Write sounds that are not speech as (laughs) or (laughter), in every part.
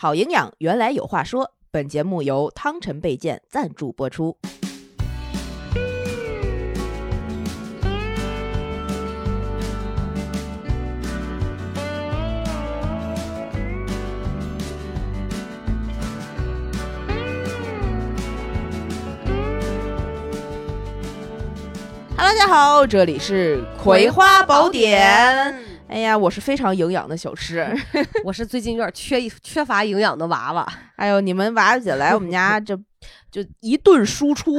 好营养原来有话说。本节目由汤臣倍健赞助播出。Hello，大家好，这里是《葵花宝典》。哎呀，我是非常营养的小吃。 (laughs) 我是最近有点缺一缺乏营养的娃娃，哎呦，你们娃姐来我们家这就一顿输出，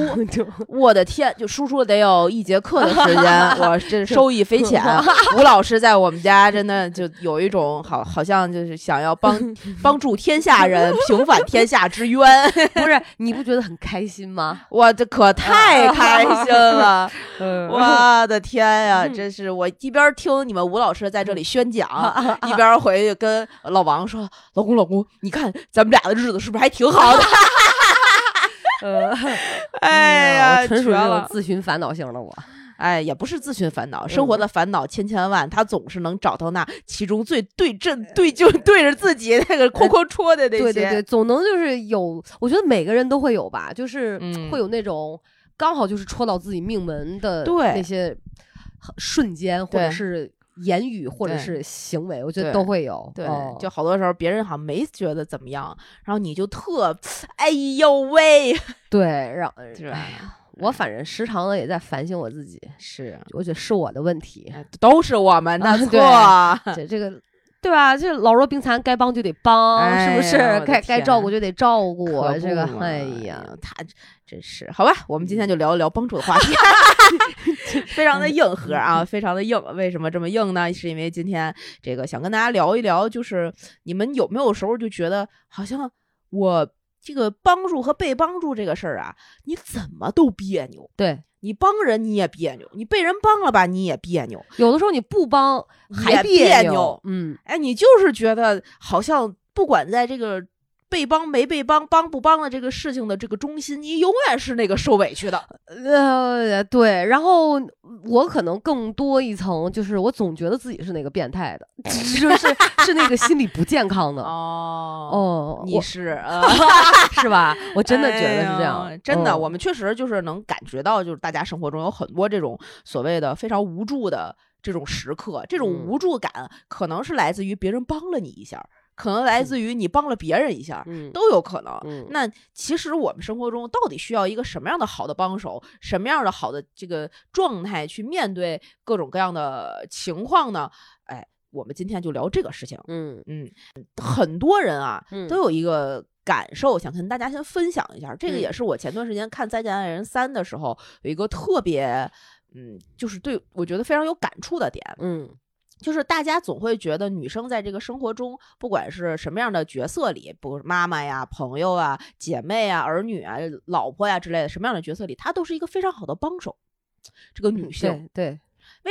我的天，就输出了得有一节课的时间，我这受益匪浅。啊吴老师在我们家真的就有一种好，好像就是想要帮帮助天下人平反天下之冤，不是？你不觉得很开心吗？我这可太开心了，嗯 (laughs) 我的天呀，真是我一边听你们吴老师在这里宣讲，一边回去跟老王说：“老公，老公，你看咱们俩的日子是不是还挺好的？”呃， (laughs) 哎呀，我纯属绝这种了！嗯自寻烦恼型的我。哎，也不是自寻烦恼，生活的烦恼千千万，他总是能找到那其中最对症、对哎就对着自己那个哐哐戳的那些。对对对，总能就是有，我觉得每个人都会有吧，就是嗯会有那种刚好就是戳到自己命门的对那些瞬间，或对者是言语，或者对是行为，我觉对得都会有。对嗯就好多时候别人好像没觉得怎么样，然后你就特，哎呦喂，对，让是吧哎呀，我反正时常的也在反省我自己，是，我觉得是我的问题。哎都是我们的啊错。对 (laughs) 这这个对吧？这老弱病残该帮就得帮，哎是不是呀我的？该该照天顾就得照可顾，这个不嘛嗯哎呀，，他真是好吧。我们今天就聊一聊帮助的话 (laughs) 题，非常的硬核啊，非常的硬。为什么这么硬呢？是因为今天这个想跟大家聊一聊，就是你们有没有时候就觉得好像我这个帮助和被帮助这个事儿啊，你怎么都别扭。对，你帮人你也别扭，你被人帮了吧你也别扭，有的时候你不帮也还别扭扭，嗯，哎，你就是觉得好像不管在这个被帮没被帮、帮不帮的这个事情的这个中心，你永远是那个受委屈的。呃，对。然后我可能更多一层，就是我总觉得自己是那个变态的， (laughs) 就是是那个心理不健康的。哦，哦，你我是， (laughs) 呃是吧？我真的觉得是这哎样呀，真的，嗯我们确实就是能感觉到，就是大家生活中有很多这种所谓的非常无助的这种时刻，这种嗯无助感可能是来自于别人帮了你一下，可能来自于你帮了别人一下，嗯都有可能。嗯那其实我们生活中到底需要一个什么样的好的帮手，什么样的好的这个状态去面对各种各样的情况呢？哎，我们今天就聊这个事情。嗯嗯，很多人啊嗯都有一个感受，想跟大家先分享一下。这个嗯也是我前段时间看《再见爱人三》的时候，有一个特别，嗯，就是对我觉得非常有感触的点。嗯就是大家总会觉得女生在这个生活中，不管是什么样的角色里，不是妈妈呀、朋友啊、姐妹啊、儿女啊、老婆呀之类的，什么样的角色里，她都是一个非常好的帮手。这个女性嗯对对，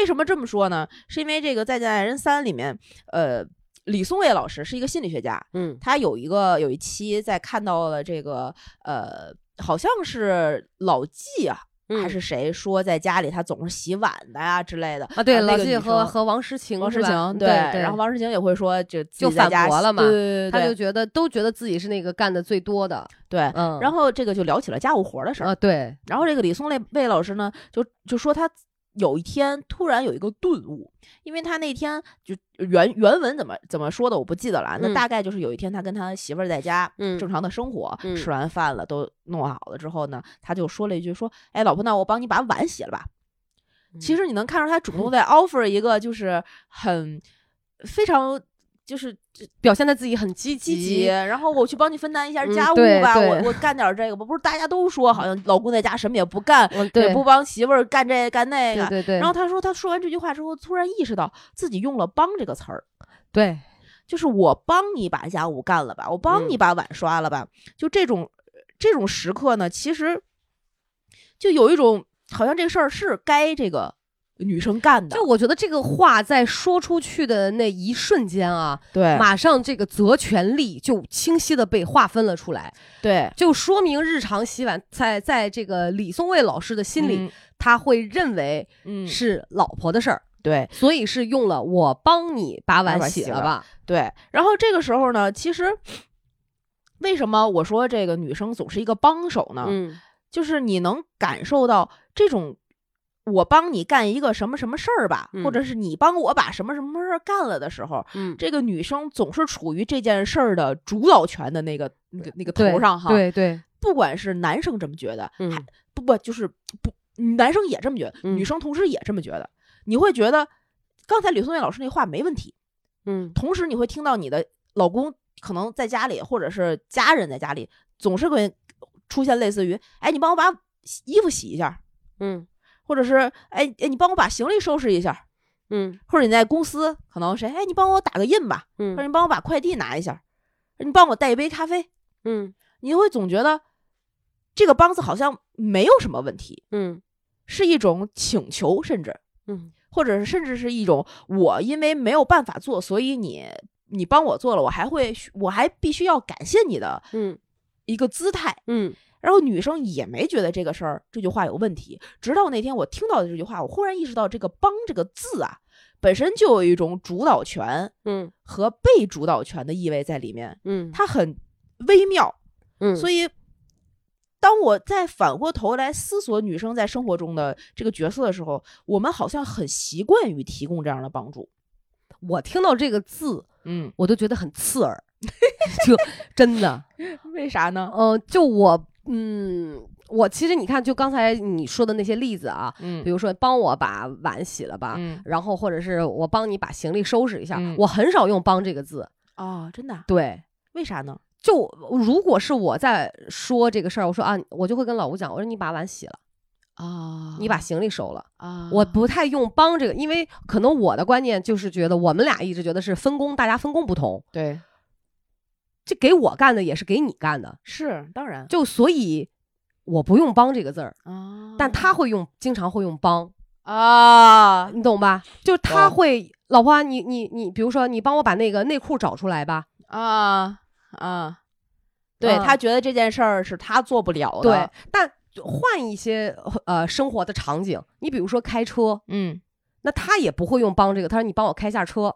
为什么这么说呢？是因为这个《再见爱人三》里面，呃，李松蔚老师是一个心理学家，嗯他有一个有一期在看到了这个呃，好像是老纪啊。嗯还是谁说在家里他总是洗碗的呀、之类的啊，对，然后那老个纪女和生和王诗晴王是诗吧晴对，然后王诗晴也会说，就自就己在反家驳了嘛对对对他对就觉得都觉得自己是那个干的最多的，对。嗯，然后后这个就聊起了家务活的事儿。啊，对，然后这个李松蔚魏老师呢，就就说他有一天突然有一个顿悟，因为他那天就原原文怎么怎么说的我不记得了，啊那嗯大概就是有一天他跟他媳妇儿在家。嗯正常的生活，嗯吃完饭了都弄好了之后呢，他就说了一句说：“哎，老婆，那我帮你把碗洗了吧。”嗯其实你能看出他主动在 offer 一个就是很非常就是表现的自己很积积极，然后我去帮你分担一下嗯家务对吧，对我我干点这个吧。不是大家都说好像老公在家什么也不干，嗯，对也，不帮媳妇儿干这干那对个。对对，然后他说，他说完这句话之后，突然意识到自己用了“帮”这个词儿，对，就是我帮你把家务干了吧，我帮你嗯把碗刷了吧。就这种这种时刻呢，其实就有一种好像这事儿是该这个女生干的就，我觉得这个话在说出去的那一瞬间啊，对马上这个责权利就清晰的被划分了出来，对，就说明日常洗碗在在这个李松蔚老师的心里，他会认为嗯，嗯，嗯是老婆的事儿，对，所以是用了我帮你把把碗碗洗洗了了吧，对，然后这个时候呢，其实为什么我说这个女生总是一个帮手呢？嗯就是你能感受到这种，我帮你干一个什么什么事儿吧，嗯或者是你帮我把什么什么事儿干了的时候，嗯，这个女生总是处于这件事儿的主导权的那个那个那个对头上哈。，对对，不管是男生这么觉得，嗯还不不就是不，男生也这么觉得，嗯女生同时也这么觉得，你会觉得刚才吕松蔚老师那话没问题，嗯同时你会听到你的老公可能在家里，或者是家人在家里，总是会出现类似于“哎，你帮我把衣服洗一下”，嗯或者是“哎，哎你帮我把行李收拾一下嗯”，或者你在公司可能谁“哎，你帮我打个印吧”，或者你嗯帮我把快递拿一下，你帮我带一杯咖啡，嗯你会总觉得这个帮子好像没有什么问题，嗯是一种请求，甚至嗯或者是甚至是一种我因为没有办法做，所以你你帮我做了，我还会我还必须要感谢你的嗯一个姿态。嗯然后女生也没觉得这个事儿这句话有问题，直到那天我听到的这句话，我忽然意识到这个“帮”这个字啊，本身就有一种主导权嗯和被主导权的意味在里面，嗯，它很微妙。嗯所以，当我再反过头来思索女生在生活中的这个角色的时候，我们好像很习惯于提供这样的帮助。我听到这个字，嗯，我都觉得很刺 (laughs) 耳，就真的，为啥呢？嗯、就我，嗯，我其实你看，就刚才你说的那些例子啊，嗯比如说帮我把碗洗了吧，嗯然后或者是我帮你把行李收拾一下，嗯我很少用“帮”这个字，哦，真的啊、对。为啥呢？就如果是我在说这个事儿，我说啊，我就会跟老吴讲，我说你把碗洗了，啊你把行李收了，啊我不太用帮这个，因为可能我的观念就是觉得我们俩一直觉得是分工，大家分工不同，对这给我干的也是给你干的，是当然就所以我不用帮这个字儿，啊但他会用，经常会用帮，啊你懂吧？就是他懂会，老婆啊，你你你，比如说你帮我把那个内裤找出来吧，啊啊，对啊他觉得这件事儿是他做不了的。对，，但换一些呃生活的场景，你比如说开车，嗯那他也不会用帮这个，他说你帮我开下车，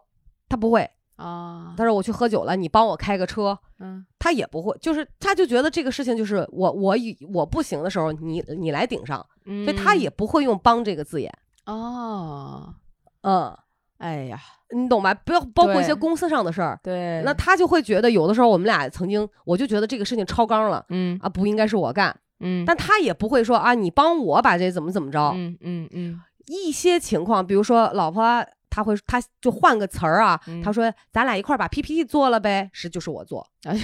他不会，啊，他说我去喝酒了，你帮我开个车，嗯他也不会，就是他就觉得这个事情就是我我以我不行的时候，你你来顶上，嗯所以他也不会用帮这个字眼，哦，嗯，哎呀，你懂吧？不要包括一些对公司上的事儿。对那他就会觉得，有的时候我们俩曾经，我就觉得这个事情超纲了嗯啊，不应该是我干，嗯但他也不会说啊，你帮我把这怎么怎么着。嗯嗯嗯一些情况，比如说老婆，他会他就换个词儿啊，嗯他说咱俩一块儿把 PPT 做了呗，是就是我做 (laughs) 哎，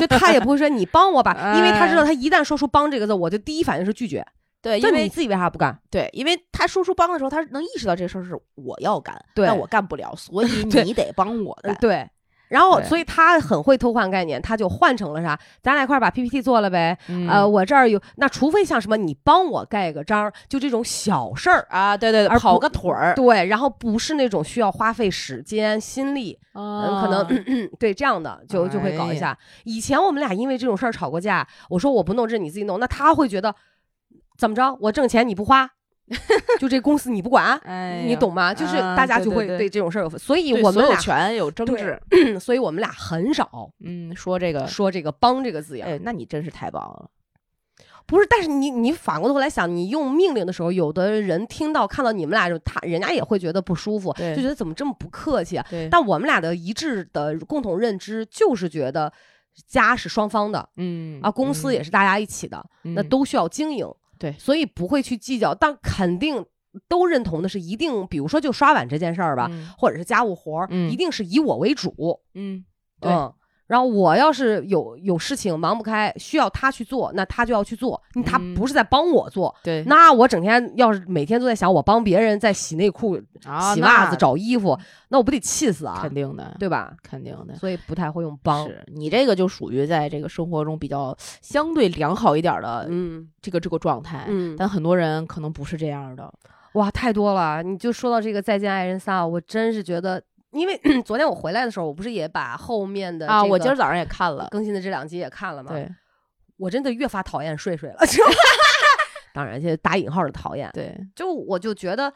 就他也不会说你 (laughs) 帮我把，因为他知道哎他一旦说出帮这个字，我就第一反应是拒绝，对，就因你为自己为啥不干？对，因为他说出帮的时候，他能意识到这事儿是我要干，对但我干不了，所以 (laughs) 对你得帮我嗯干，。对。然后，呃对所以他很会偷换概念，他就换成了啥？咱俩一块儿把 PPT 做了呗。呃，呃我这儿有，那除非像什么，你帮我盖个章儿，就这种小事儿，啊，对对而对，跑不个腿儿，对，然后不是那种需要花费时间心力，嗯，嗯可 (clears throat) 能对这样的就就会搞哎一呀下。以前我们俩因为这种事儿吵过架，我说我不弄，这你自己弄，那他会觉得怎么着？我挣钱你不花， (laughs) 就这公司你不管，啊 (laughs) 哎呀，你懂吗？就是啊大家对就对会对对这种事儿有，所以对我所们有俩，权有争对执，所以我们俩很少嗯，说这个，说这个“帮”这个字眼儿。哎，那你真是太棒了，不是，但是你你反过头来想，你用命令的时候，有的人听到看到你们俩就他人家也会觉得不舒服，对就觉得怎么这么不客气啊？对，但我们俩的一致的共同认知就是觉得家是双方的嗯啊，公司也是大家一起的，那嗯都需要经营，对所以不会去计较，但肯定都认同的是，一定比如说就刷碗这件事儿吧，嗯或者是家务活儿，嗯一定是以我为主，嗯，对嗯然后我要是有有事情忙不开，需要他去做，那他就要去做，他嗯不是在帮我做。对，那我整天要是每天都在想我帮别人在洗内裤、啊洗袜子、那嗯找衣服，那我不得气死啊肯，定的，对吧？肯定的。所以不太会用帮。是你这个就属于在这个生活中比较相对良好一点儿的嗯这个这个状态，嗯，但很多人可能不是这样的。哇，太多了！你就说到这个《再见爱人仨》，我真是觉得，因为 (clears throat) 昨天我回来的时候，我不是也把后面的啊，这我个今儿早上也看了，更新的这两集也看了嘛？对我真的越发讨厌睡睡 (laughs) 了。 (laughs) 当然，这打引号的讨厌，对，就我就觉得，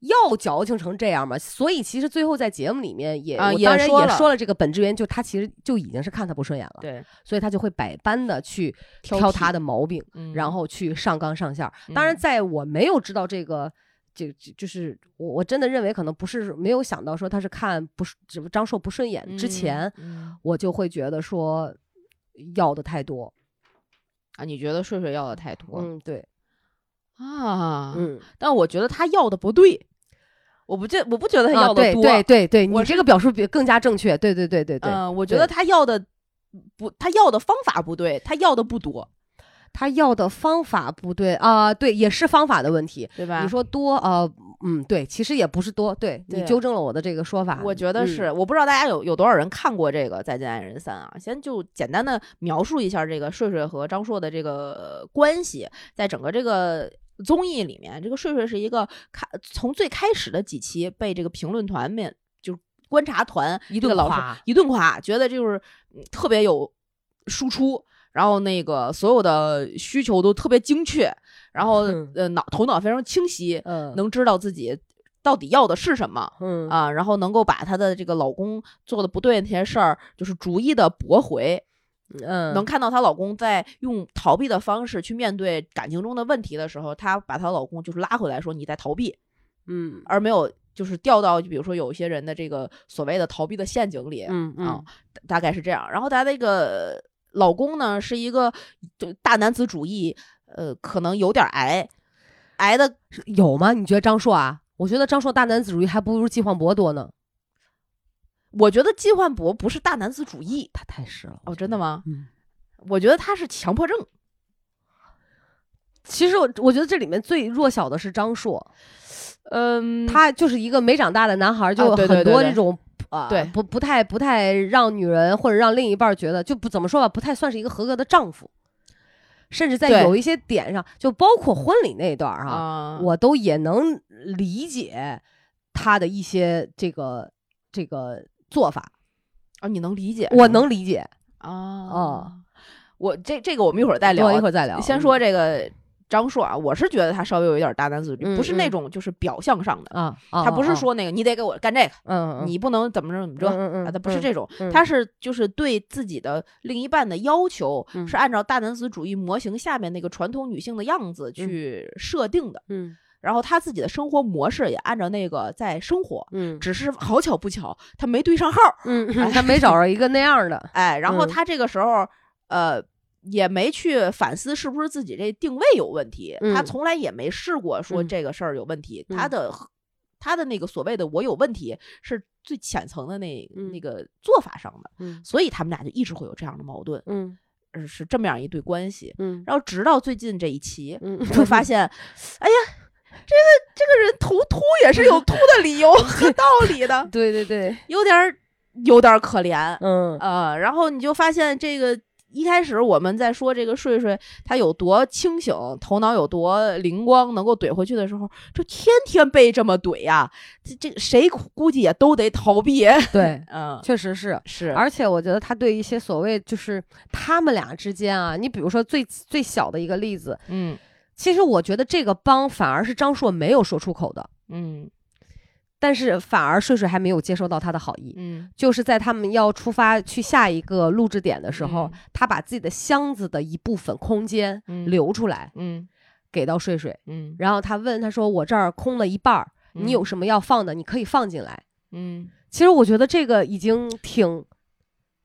要矫情成这样吗？所以其实最后在节目里面也，啊我也当然说也了说了这个本质原因，就他其实就已经是看他不顺眼了，对，所以他就会百般的去挑挑剔他的毛病，嗯然后去上纲上线儿。当然，嗯在我没有知道这个。就就就是我我真的认为可能不是没有想到说他是看不是只张硕不顺眼之前，嗯嗯我就会觉得说要的太多。啊，你觉得睡睡要的太多、嗯，对，啊？嗯，但我觉得他要的不对，我不觉我不觉得他啊要的对多，对对对，我你这个表述比更加正确。对对对对对，嗯、我觉得他要的不，他要的方法不对，他要的不多，他要的方法不对啊、对，也是方法的问题。对吧？你说多呃，嗯，对，其实也不是多，对对你纠正了我的这个说法。我觉得嗯是，我不知道大家有有多少人看过这个《再见爱人三》啊。先就简单的描述一下这个睡睡和张硕的这个呃关系，在整个这个综艺里面，这个睡睡是一个看从最开始的几期被这个评论团面就是观察团一这个顿老师夸一顿夸，觉得就是嗯特别有输出。然后那个所有的需求都特别精确，然 (laughs) 后嗯呃脑头脑非常清晰，嗯能知道自己到底要的是什么，嗯啊，然后能够把她的这个老公做的不对的那些事儿，就是逐一的驳回，嗯能看到她老公在用逃避的方式去面对感情中的问题的时候，她把她老公就是拉回来说你在逃避，嗯而没有就是掉到比如说有一些人的这个所谓的逃避的陷阱里，嗯啊嗯，大概是这样。然后她那个老公呢是一个就大男子主义，呃，可能有点儿癌，癌的是有吗？你觉得张硕啊？我觉得张硕大男子主义还不如季焕博多呢。我觉得季焕博不是大男子主义他太是了，哦，真的吗？吗？嗯，我觉得他是强迫症。其实我我觉得这里面最弱小的是张硕，嗯，他就是一个没长大的男孩儿，就啊对很对对多对这种啊，对不不太不太让女人或者让另一半儿觉得就不怎么说吧，不太算是一个合格的丈夫，甚至在对有一些点上，就包括婚礼那一段儿哈，啊，我都也能理解他的一些这个这个做法，啊，你能理解是吗，我能理解。啊哦我这这个我们一会儿再聊我啊，一会儿再聊。嗯先说这个张硕啊，我是觉得他稍微有一点大男子主义，嗯不是那嗯种就是表象上的，啊，他他不是说那个你得给我干这个，嗯，嗯你不能怎么着怎么着。嗯嗯啊，嗯，他不是嗯这种，嗯他是就是对自己的另一半的要求、嗯是按照大男子主义模型下面那个传统女性的样子去设定的，嗯然后他自己的生活模式也按照那个在生活， (laughs) 嗯只是好巧不巧他没对上号，嗯，哎嗯他没找着一个那样的。哎，然后嗯他这个时候，呃，也没去反思是不是自己这定位有问题，他嗯从来也没试过说嗯这个事儿有问题，他嗯的他的那个所谓的我有问题是最浅层的那、那嗯个做法上的，嗯所以他们俩就一直会有这样的矛盾，嗯呃是这么样一对关系。嗯然后直到最近这一期，嗯，，你会发现， (laughs) 哎呀，这个这个人头秃也是有秃的理由和道理的 (laughs) 对对对，有点儿有点儿可怜， (laughs) 嗯呃，然后你就发现这个一开始我们在说这个睡睡他有多清醒，头脑有多灵光，能够怼回去的时候，就天天被这么怼呀、这这个谁估估计也都得逃避。 (laughs) 对，嗯，确实是。是，而且我觉得他对一些所谓就是他们俩之间啊，你比如说最最小的一个例子，嗯其实我觉得这个帮反而是张硕没有说出口的，嗯但是反而睡睡还没有接收到他的好意。嗯，就是在他们要出发去下一个录制点的时候，嗯他把自己的箱子的一部分空间嗯留出来嗯给到睡睡，嗯然后他问他说：“我这儿空了一半儿，你有什么要放的，你可以放进来。嗯”其实我觉得这个已经挺，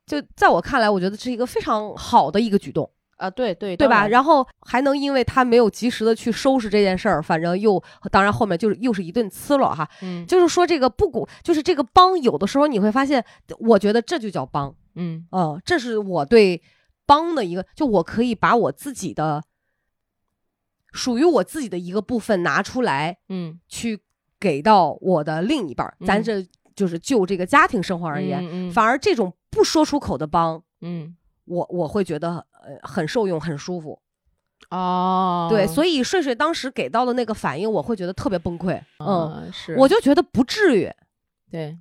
就在我看来，我觉得是一个非常好的一个举动，啊，对对对吧？后然后还能因为他没有及时的去收拾这件事儿，反正又当然后面就是又是一顿呲了哈。嗯就是说这个不鼓，就是这个帮，有的时候你会发现，我觉得这就叫帮。嗯嗯，这是我对帮的一个，就我可以把我自己的属于我自己的一个部分拿出来，嗯，去给到我的另一半儿。咱嗯这就是就这个家庭生活而言，嗯反而这种不说出口的帮，嗯我我会觉得呃很受用，很舒服。哦，对，所以睡睡当时给到的那个反应，我会觉得特别崩溃。嗯，啊嗯是我就觉得不至于。对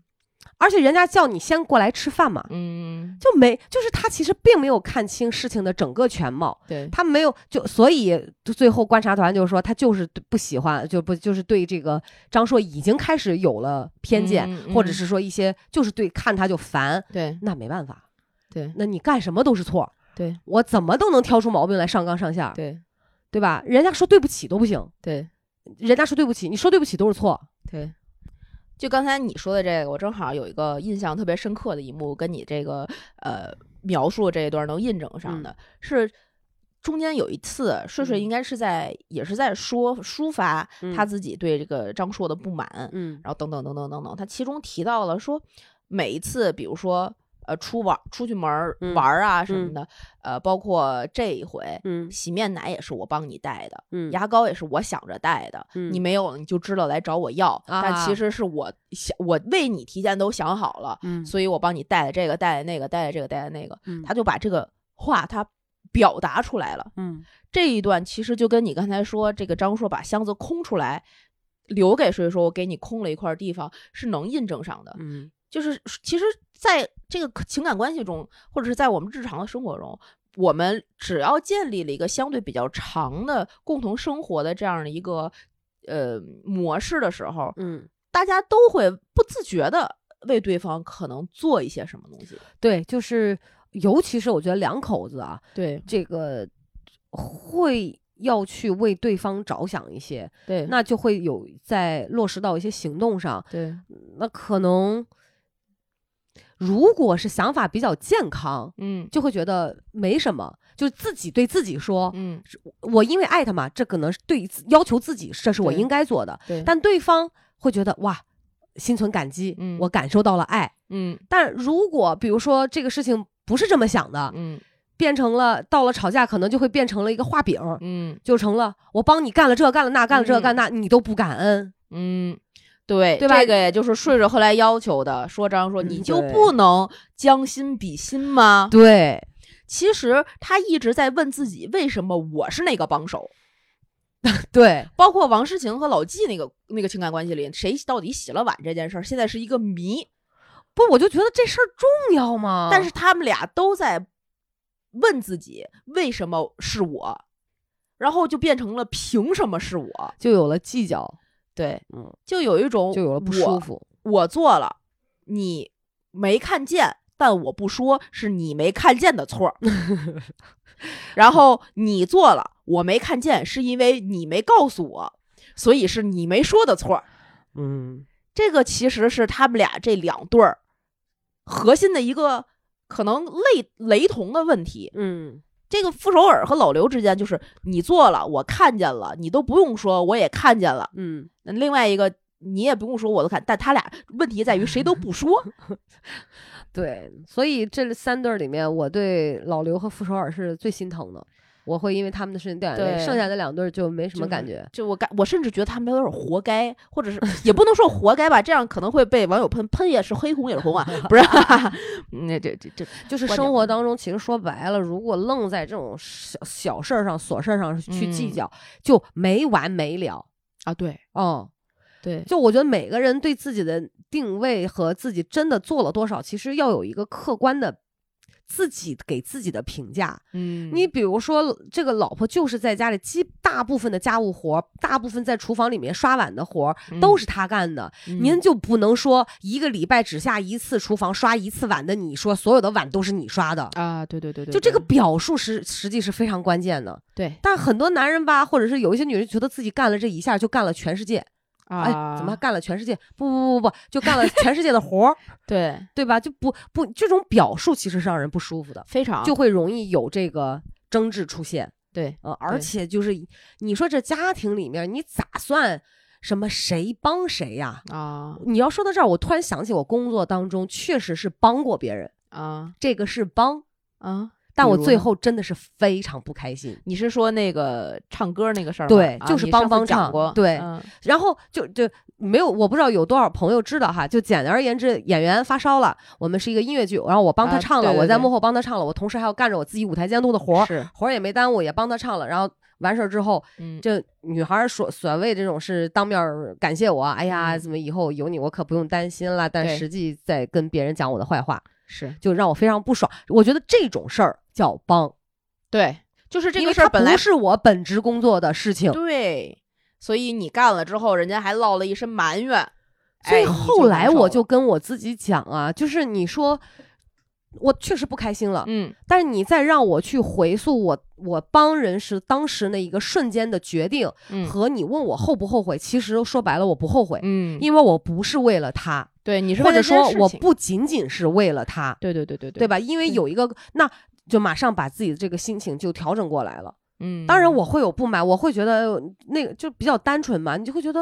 而且人家叫你先过来吃饭嘛，嗯，就没就是他其实并没有看清事情的整个全貌，对，他没有就所以就最后观察团就说他就是对不喜欢，就不就是对这个张硕已经开始有了偏见，嗯或者嗯是说一些就是对看他就烦，对那没办法，对那你干什么都是错，对我怎么都能挑出毛病来上纲上线，对对吧？人家说对不起都不行，对人家说对不起，你说对不起都是错，对。就刚才你说的这个，我正好有一个印象特别深刻的一幕，跟你这个呃描述这一段能印证上的、是。中间有一次，睡睡嗯应该是在、也是在说抒发嗯他自己对这个张硕的不满，嗯然后等等等等等等，他其中提到了说，每一次比如说呃出玩出去门儿嗯玩儿啊什么嗯的，呃，包括这一回、嗯洗面奶也是我帮你带的，嗯牙膏也是我想着带的，嗯你没有你就知道来找我要，但啊其实是我想我为你提前都想好了，嗯所以我帮你带了这个带了那个带了这个带了那个，嗯他就把这个话他表达出来了。嗯这一段其实就跟你刚才说，这个张硕把箱子空出来，留给谁说，我给你空了一块地方，是能印证上的。嗯就是其实在这个情感关系中，或者是在我们日常的生活中，我们只要建立了一个相对比较长的共同生活的这样的一个呃模式的时候，嗯，大家都会不自觉的为对方可能做一些什么东西。对，就是尤其是我觉得两口子啊，对这个会要去为对方着想一些，对那就会有在落实到一些行动上，对那可能如果是想法比较健康，嗯就会觉得没什么，就是自己对自己说。嗯我因为爱他嘛，这可能是对自要求自己，这是我对应该做的。对但对方会觉得哇，心存感激，嗯我感受到了爱。嗯但如果比如说这个事情不是这么想的，嗯变成了到了吵架，可能就会变成了一个画饼，嗯就成了我帮你干了这干了那干了这嗯干那，你都不感恩。嗯，对，对吧这个也就是顺着后来要求的，说张说嗯你就对不能将心比心吗？对，其实他一直在问自己，为什么我是那个帮手？对，包括王诗晴和老纪那个那个情感关系里，谁到底洗了碗这件事儿，现在是一个谜。不，我就觉得这事儿重要吗？但是他们俩都在问自己，为什么是我？然后就变成了凭什么是我？就有了计较，对，嗯，就有一种就有了不我舒服。我做了，你没看见，但我不说是你没看见的错儿。然后你做了，我没看见，是因为你没告诉我，所以是你没说的错儿。嗯，这个其实是他们俩这两对儿核心的一个可能类雷同的问题。嗯，这个傅首尔和老刘之间就是你做了，我看见了，你都不用说，我也看见了。嗯，那另外一个你也不用说，我都看。但他俩问题在于谁都不说。对，所以这三对儿里面，我对老刘和傅首尔是最心疼的。我会因为他们的事情掉眼泪，对剩下的两对儿就没什么感觉。就我感，我甚至觉得他们有点活该，或者是也不能说活该吧，这样可能会被网友喷，喷也是黑，红也是红啊，不 (laughs) 是？嗯那这这这，就是观生点活不当中，其实说白了，如果愣在这种小小事儿上、琐事儿上去计嗯较，就没完没了。啊，对哦、对就我觉得每个人对自己的定位和自己真的做了多少，其实要有一个客观的自己给自己的评价。嗯你比如说，这个老婆就是在家里，基大部分的家务活儿，大部分在厨房里面刷碗的活儿，嗯都是她干的。您就不能说一个礼拜只下一次厨房刷一次碗的，你说所有的碗都是你刷的，啊，对对对对，就这个表述实实际是非常关键的。对但很多男人吧，或者是有一些女人，觉得自己干了这一下就干了全世界，啊哎，怎么还干了全世界？不不不不不，就 (laughs) 干了全世界的活儿，对对吧？就不不，这种表述其实是让人不舒服的，非常就会容易有这个争执出现。对呃，而对且就是你说这家庭里面，你咋算什么谁帮谁呀、啊你要说到这儿，我突然想起我工作当中确实是帮过别人，啊这个是帮，啊！但比我如最呢后真的是非常不开心。你是说那个唱歌那个事儿吗？对啊就是你帮上次帮讲唱过，对嗯然后就就没有，我不知道有多少朋友知道哈。就简而言之，演员发烧了，我们是一个音乐剧，然后我帮他啊唱了，对对我在对幕后帮他唱了，我同时还要干着我自己舞台监督的活儿，是活儿也没耽误，也帮他唱了。然后完事儿之后，嗯这女孩儿所所谓这种是当面儿感谢我，哎呀，嗯怎么以后有你我可不用担心了，但对实际在跟别人讲我的坏话，是就让我非常不爽。我觉得这种事儿叫帮，对，就是这因个为事儿它本来不是我本职工作的事情。对，所以你干了之后，人家还落了一身埋怨。所哎以你后难来受我了就跟我自己讲啊，就是你说我确实不开心了，嗯但是你再让我去回溯我我帮人时当时那一个瞬间的决定，嗯和你问我后不后悔，其实说白了我不后悔，嗯，因为我不是为了他，对你是或为了者这件说事我情不仅仅是为了他，对对对对对吧？因为有一个那。就马上把自己的这个心情就调整过来了。嗯，当然我会有不满，我会觉得那个就比较单纯嘛，你就会觉得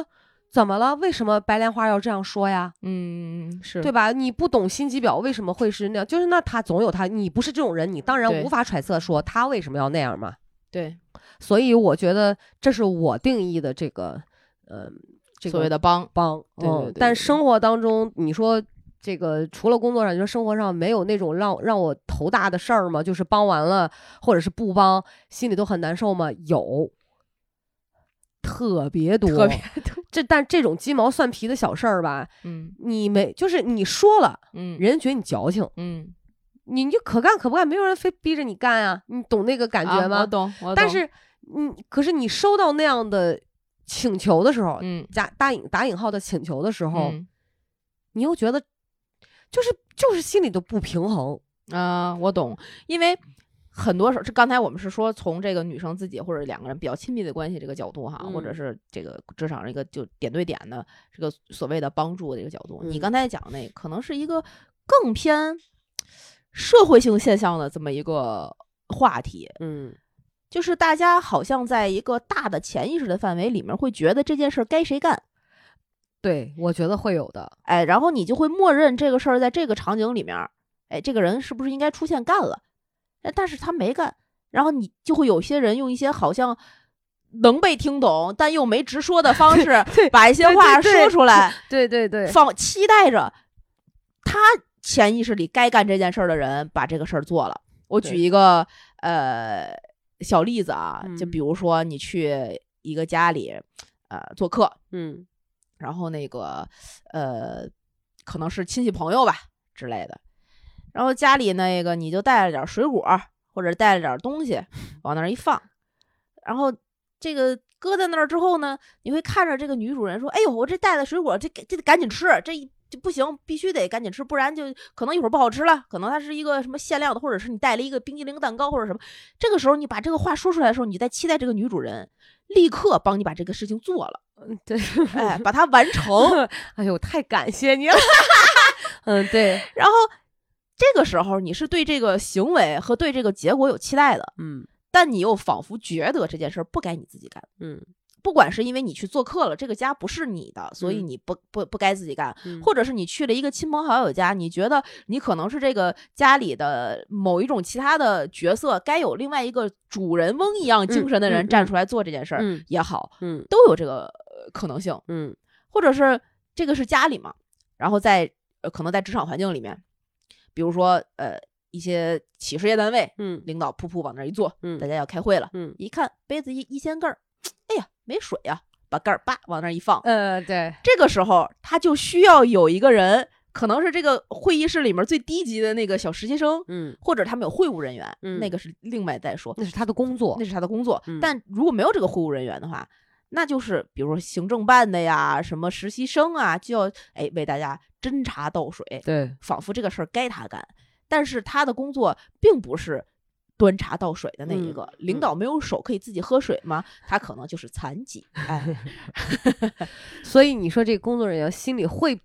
怎么了？为什么白莲花要这样说呀？嗯是对吧？你不懂心机婊为什么会是那样，就是那他总有他，你不是这种人，你当然对无法揣测说他为什么要那样嘛。对所以我觉得这是我定义的这个，呃，这个所谓的帮，帮。对对对嗯，对但生活当中，你说这个除了工作上，你说生活上没有那种让让我头大的事儿吗？就是帮完了，或者是不帮，心里都很难受吗？有。特别多，特别这但这种鸡毛蒜皮的小事儿吧，嗯你没就是你说了，嗯人家觉得你矫情，嗯你你就可干可不干，没有人非逼着你干啊，你懂那个感啊觉吗？我懂，我但懂是，嗯，可是你收到那样的请求的时候，嗯加打引打引号的请求的时候，嗯你又觉得就是就是心里都不平衡，啊、我懂，因为很多时候，这刚才我们是说从这个女生自己或者两个人比较亲密的关系这个角度哈，或者嗯是这个职场上一个就点对点的这个所谓的帮助的这个角度。你嗯刚才讲那可能是一个更偏社会性现象的这么一个话题，嗯就是大家好像在一个大的潜意识的范围里面会觉得这件事儿该谁干，对，我觉得会有的，哎，然后你就会默认这个事儿在这个场景里面儿，哎，这个人是不是应该出现干了？哎，但是他没干，然后你就会有些人用一些好像能被听懂但又没直 (laughs) 说的方式，把一些对对话对说出来，对对对放期待着他潜意识里该干这件事儿的人把这个事儿做了。我举对一个呃小例子啊，就嗯比如说你去一个家里呃做客，嗯然后那个呃，可能是亲戚朋友吧之类的。然后家里那个你就带了点儿水果儿或者带了点儿东西往那儿一放，然后这个搁在那儿之后呢，你会看着这个女主人说：“哎呦，我这带的水果，这这得赶紧吃，这一这不行，必须得赶紧吃，不然就可能一会儿不好吃了。可能它是一个什么限量的，或者是你带了一个冰激凌蛋糕或者什么。这个时候你把这个话说出来的时候，你在期待这个女主人立刻帮你把这个事情做了，嗯对， (laughs) 哎，把它完成。哎呦，太感谢你了， (laughs) 嗯 (laughs) 对，然后这个时候你是对这个行为和对这个结果有期待的，嗯但你又仿佛觉得这件事儿不该你自己干。嗯，不管是因为你去做客了，这个家不是你的，所以嗯你不不不该自己干，嗯或者是你去了一个亲朋好友家，你觉得你可能是这个家里的某一种其他的角色，该有另外一个主人翁一样精神的嗯人嗯站出来做这件事儿、嗯也好，嗯都有这个呃可能性。嗯或者是这个是家里嘛，然后在呃可能在职场环境里面，比如说呃一些企事业单位，嗯领导噗噗往那儿一坐，嗯大家要开会了，嗯一看杯子一一掀盖儿，哎呀没水呀、把盖儿叭往那儿一放，呃对，这个时候他就需要有一个人，可能是这个会议室里面最低级的那个小实习生，嗯或者他们有会务人员，嗯那个是另外再说，那是他的工作那，是他的工作。嗯但如果没有这个会务人员的话，那就是比如说行政办的呀，什么实习生啊，就要哎为大家斟茶倒水，对仿佛这个事儿该他干。但是他的工作并不是端茶倒水的那一嗯个，领导没有手可以自己喝水吗？他可能就是残疾。哎，所以你说这工作人员心里会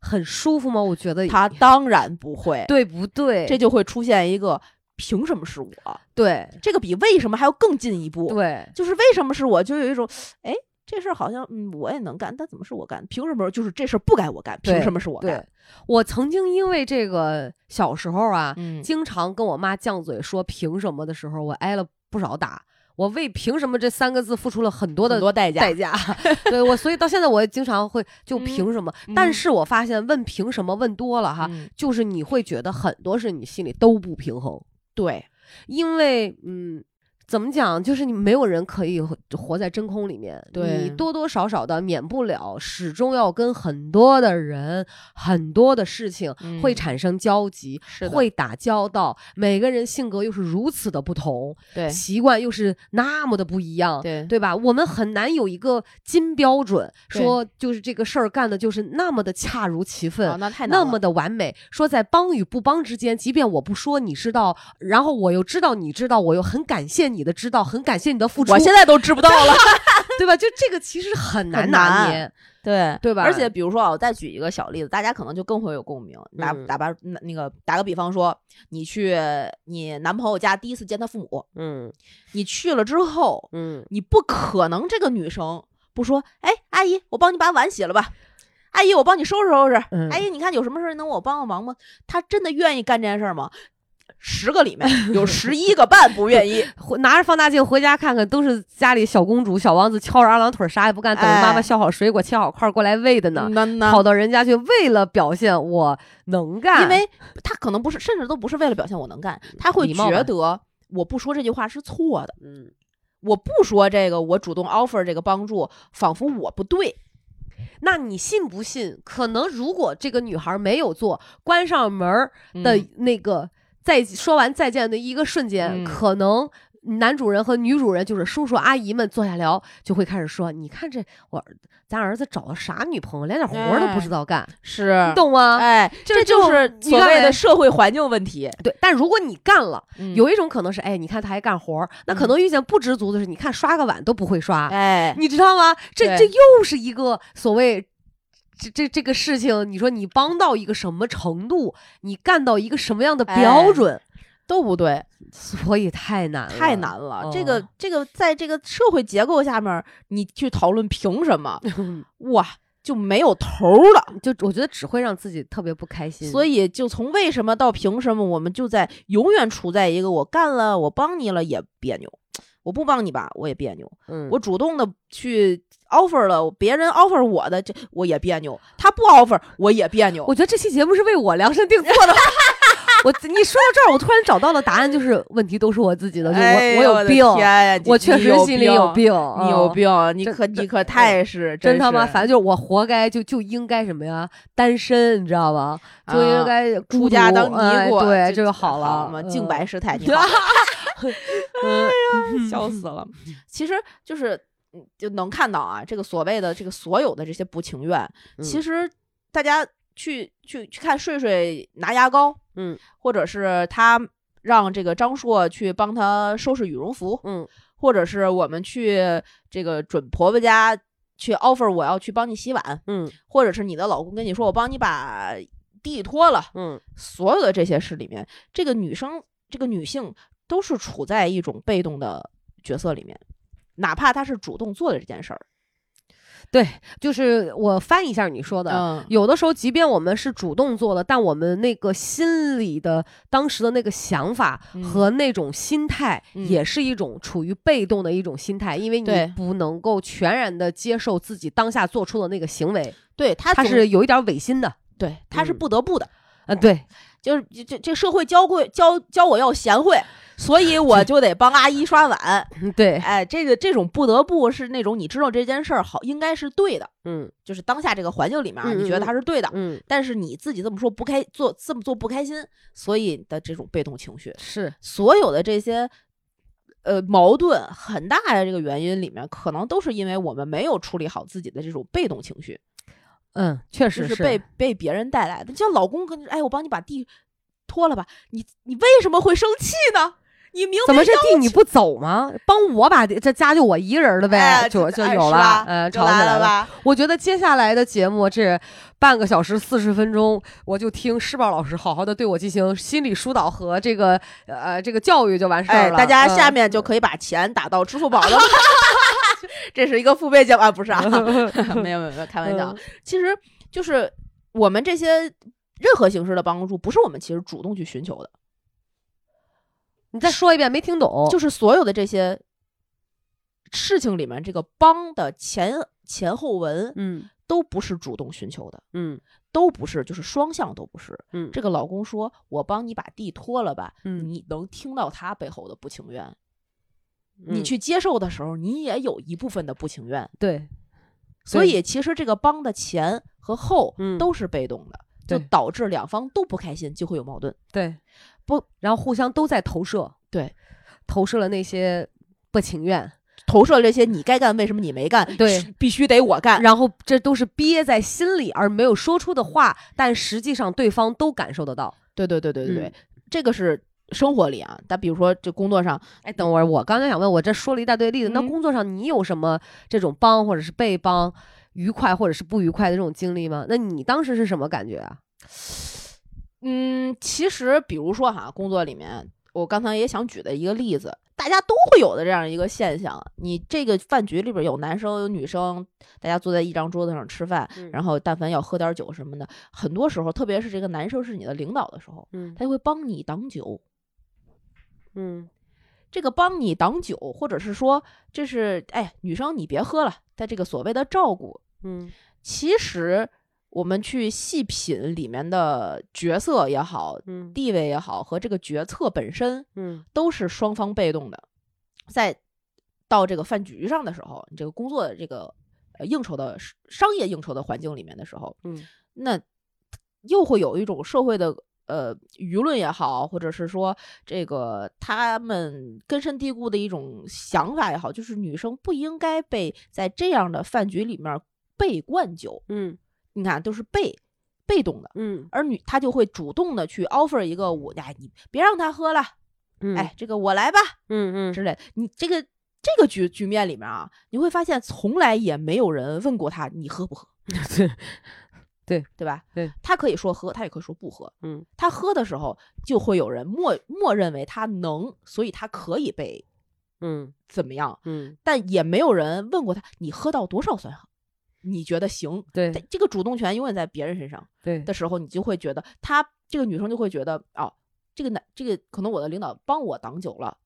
很舒服吗？我觉得他当然不会，对不对？这就会出现一个凭什么是我？对这个比为什么还要更进一步。对就是为什么是我，就有一种，哎，这事儿好像嗯我也能干，但怎么是我干？凭什么？就是这事儿不该我干，凭对什么是我干对？，我曾经因为这个小时候啊，嗯经常跟我妈犟嘴说凭什么的时候，我挨了不少打。我为“凭什么”这三个字付出了很多很的多代价，代价， (laughs) 对我，所以到现在我经常会就嗯凭什么。嗯但是我发现问凭什么问多了哈，嗯就是你会觉得很多事你心里都不平衡，对，因为嗯，怎么讲，就是你没有人可以活在真空里面，对你多多少少的免不了，始终要跟很多的人、很多的事情嗯会产生交集，是的会打交道。每个人性格又是如此的不同，对习惯又是那么的不一样，对对吧？我们很难有一个金标准，对说就是这个事儿干的就是那么的恰如其分。哦那太难了那么的完美，说在帮与不帮之间，即便我不说你知道，然后我又知道你知道，我又很感谢你的知道，很感谢你的付出，我现在都 (laughs) 知不到了，对吧？就这个其实很难很拿难捏，对对吧而且比如说啊，我再举一个小例子，大家可能就更会有共鸣。打嗯打吧，那那个打个比方说，你去你男朋友家第一次见他父母，嗯你去了之后，嗯，你不可能这个女生不说，哎，阿姨，我帮你把碗洗了吧。阿姨，我帮你收拾收拾。嗯阿姨，哎你看有什么事儿能我帮个忙吗？她真的愿意干这件事儿吗？十个 (laughs) 里面有十一个半不愿意。回拿着放大镜回家看看，都是家里小公主、小王子翘着二郎腿儿啥也不干，等着妈妈哎削好水果、切好块儿过来喂的呢，那那跑到人家去，为了表现我能干，因为他可能不是，甚至都不是为了表现我能干，他会嗯礼貌吧觉得我不说这句话是错的，嗯，我不说这个，我主动 offer 这个帮助，仿佛我不对。那你信不信？可能如果这个女孩没有做，关上门儿的嗯那个再、说完再见的一个瞬间，嗯可能。男主人和女主人就是叔叔阿姨们坐下聊，就会开始说：“你看这我儿咱儿子找了啥女朋友，连点活儿都不知道干，是你，懂吗？”哎，这就就是你所看谓呗的社会环境问题。对。但如果你干了，嗯有一种可能是：哎，你看他还干活儿，那可能遇见不知足的是，你看刷个碗都不会刷，哎，你知道吗？这对这又是一个所谓。这这这个事情，你说你帮到一个什么程度，你干到一个什么样的哎标准，都不对，哎所以太难了，太难了。这哦个这个，在这个社会结构下面，你去讨论凭什么，哇，就没有头儿了。嗯就我觉得只会让自己特别不开心。所以，以，就从为什么到凭什么，我们就在永远处在一个我干了，我帮你了也别扭，我不帮你吧我也别扭，嗯，我主动的去 offer 了，别人 offer 我的这我也别扭，他不 offer 我也别扭我。觉得这期节目是为我量身定做的。 (laughs) 我你说到这儿，我突然找到了答案，就是问题都是我自己的，就我、哎呦有的病，天呀你我确你实心里有病，你有嗯病，你真可真你可太是真他妈是烦，就是我活该就就应该什么呀，单身，你知道吗？就应啊该孤出家独当尼哎姑，啊对，这就好了了嘛，净白。师太，嗯 (laughs) 你好，(laughs) 嗯笑 (laughs) 死了。其实就是嗯就能看到啊，这个所谓的这个所有的这些不情愿，其嗯实大家去去去看睡睡拿牙膏，嗯，或者是他让这个张硕去帮他收拾羽绒服，嗯，或者是我们去这个准婆婆家去 offer 我要去帮你洗碗，嗯或者是你的老公跟你说我帮你把地拖了，嗯，所有的这些事里面，这个女生这个女性都是处在一种被动的角色里面，哪怕她是主动做的这件事儿，对，就是我翻译一下你说的。嗯有的时候，即便我们是主动做的，但我们那个心里的当时的那个想法嗯和那种心态，嗯也是一种处于被动的一种心态，因为对你不能够全然的接受自己当下做出的那个行为，对，她它总是有一点违心的。对，她是嗯不得不的。嗯，对，就是这这这社会教会教教我要贤惠，所 (laughs) 以我就得帮阿姨刷碗。嗯对，哎，这个这种不得不是那种你知道这件事儿好应该是对的，嗯就是当下这个环境里面啊嗯你觉得嗯它是对的，嗯，但是你自己这么说不开做这么做不开心，所以的这种被动情绪，是，所有的这些。呃，矛盾很大的这个原因里面，可能都是因为我们没有处理好自己的这种被动情绪，嗯，确就实是被被别人带来的。就像老公跟你说，哎，我帮你把地拖了吧，你你为什么会生气呢？你明怎明么这地你不走吗？帮我把地这家就我一个人了呗，哎就这就哎有是了吧，呃，就吵起来来了。吧？我觉得接下来的节目这半个小时四十分钟，我就听施宝老师好好的对我进行心理疏导和这个呃这个教育就完事儿哎，了。大家下嗯面就可以把钱打到支付宝了。 (laughs) 这是一个付费节目啊，不是 (laughs) 啊？ (laughs) 没有没有没有，开玩笑嗯啊。其实就是我们这些任何形式的帮助，不是我们其实主动去寻求的，你再说一遍，没听懂。就是所有的这些事情里面，这个帮的前前后文嗯都不是主动寻求的。嗯都不是，就是双向都不是。嗯这个老公说：“我帮你把地拖了吧。嗯你能听到他背后的不情愿，你去接受的时候，你也有一部分的不情愿。对，所以其实这个帮的前和后嗯都是被动的，就对导致两方都不开心，就会有矛盾。对，不，然后互相都在投射，对，投射了那些不情愿，投射这些你该干，为什么你没干？对是，必须得我干。然后这都是憋在心里而没有说出的话，但实际上对方都感受得到。对对对对对对，嗯这个是生活里啊，但比如说这工作上，哎，等会儿，我刚才想问，我这说了一大堆例子，那嗯工作上你有什么这种帮或者是被帮，愉快或者是不愉快的这种经历吗？那你当时是什么感觉啊？嗯，其实比如说哈，工作里面，我刚才也想举的一个例子，大家都会有的这样一个现象。啊你这个饭局里边有男生有女生，大家坐在一张桌子上吃饭，然后但凡要喝点酒什么的，很多时候，特别是这个男生是你的领导的时候，嗯他就会帮你挡酒。嗯这个帮你挡酒，或者是说这是哎女生你别喝了，他这个所谓的照顾，嗯其实我们去细品里面的角色也好，嗯地位也好和这个决策本身嗯都是双方被动的，在到这个饭局上的时候，你这个工作的这个呃应酬的商业应酬的环境里面的时候，嗯那又会有一种社会的呃舆论也好，或者是说这个他们根深蒂固的一种想法也好，就是女生不应该被在这样的饭局里面被灌酒。嗯你看，都是被被动的，嗯而女她就会主动的去 offer 一个我，哎，你别让他喝了，嗯，哎，这个我来吧嗯嗯之类的。你这个这个局局面里面啊，你会发现从来也没有人问过他你喝不喝，嗯对吧？对，他可以说喝，他也可以说不喝。嗯，他喝的时候就会有人默默认为他能，所以他可以被嗯怎么样，嗯，但也没有人问过他你喝到多少算好，你觉得行？对这个主动权永远在别人身上。对的时候，你就会觉得她这个女生就会觉得哦，这个男这个可能我的领导帮我挡酒了，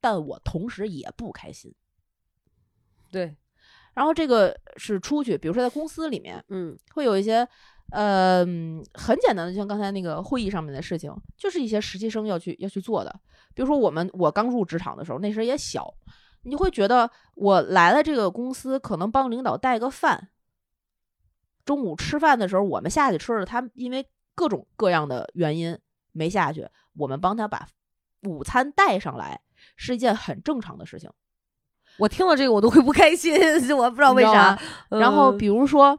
但我同时也不开心。对，然后这个是出去，比如说在公司里面嗯会有一些，呃，嗯很简单的，就像刚才那个会议上面的事情，就是一些实习生要去要去做的。比如说我们我刚入职场的时候，那时候也小，你就会觉得我来了这个公司，可能帮领导带个饭，中午吃饭的时候，我们下去吃了，他因为各种各样的原因没下去，我们帮他把午餐带上来，是一件很正常的事情。我听到这个我都会不开心， (laughs) 我不知道为你知道啥吗。然后嗯比如说，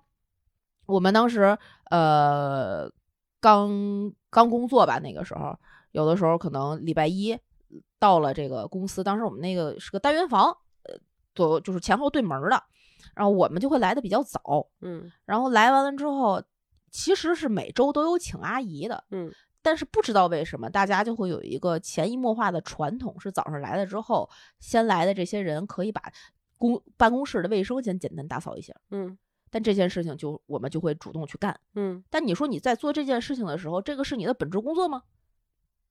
我们当时呃刚刚工作吧，那个时候有的时候可能礼拜一到了这个公司，当时我们那个是个单元房，呃，左右就是前后对门儿的，然后我们就会来的比较早，嗯然后来完了之后，其实是每周都有请阿姨的，嗯但是不知道为什么，大家就会有一个潜移默化的传统，是早上来了之后，先来的这些人可以把公办公室的卫生先简单打扫一下。嗯但这件事情就我们就会主动去干。嗯但你说你在做这件事情的时候，这个是你的本职工作吗？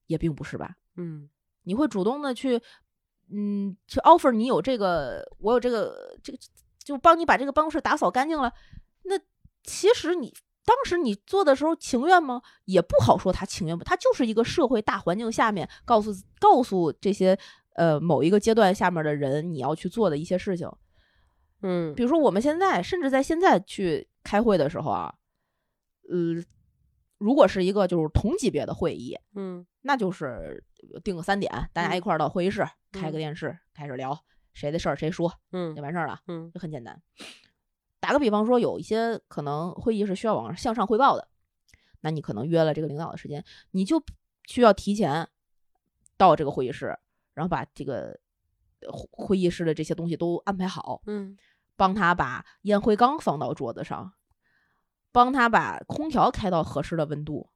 也并不是吧。嗯你会主动的去，嗯，去 offer 你有这个，我有这个，这个就帮你把这个办公室打扫干净了。那其实你当时你做的时候情愿吗？也不好说他情愿不，他就是一个社会大环境下面告诉告诉这些呃某一个阶段下面的人你要去做的一些事情。嗯比如说我们现在，甚至在现在去开会的时候啊，呃，如果是一个就是同级别的会议，嗯那就是定个三点，大家嗯一块儿到会议室、开个嗯电视，开始聊谁的事儿谁说嗯就完事儿了，嗯就很简单。打个比方说，有一些可能会议是需要往向上汇报的，那你可能约了这个领导的时间，你就需要提前到这个会议室，然后把这个呃会会议室的这些东西都安排好，嗯帮他把烟灰缸放到桌子上，帮他把空调开到合适的温度，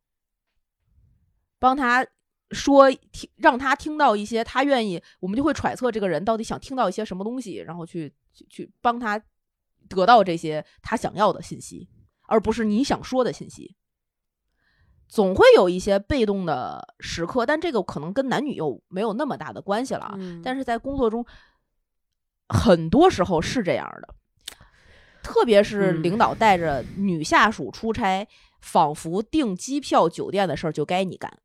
帮他说听，让他听到一些他愿意，我们就会揣测这个人到底想听到一些什么东西，然后去去去帮他得到这些他想要的信息，而不是你想说的信息。总会有一些被动的时刻，但这个可能跟男女又没有那么大的关系了啊。嗯但是在工作中，很多时候是这样的，特别是嗯领导带着女下属出差，仿佛订机票、酒店的事儿就该你干。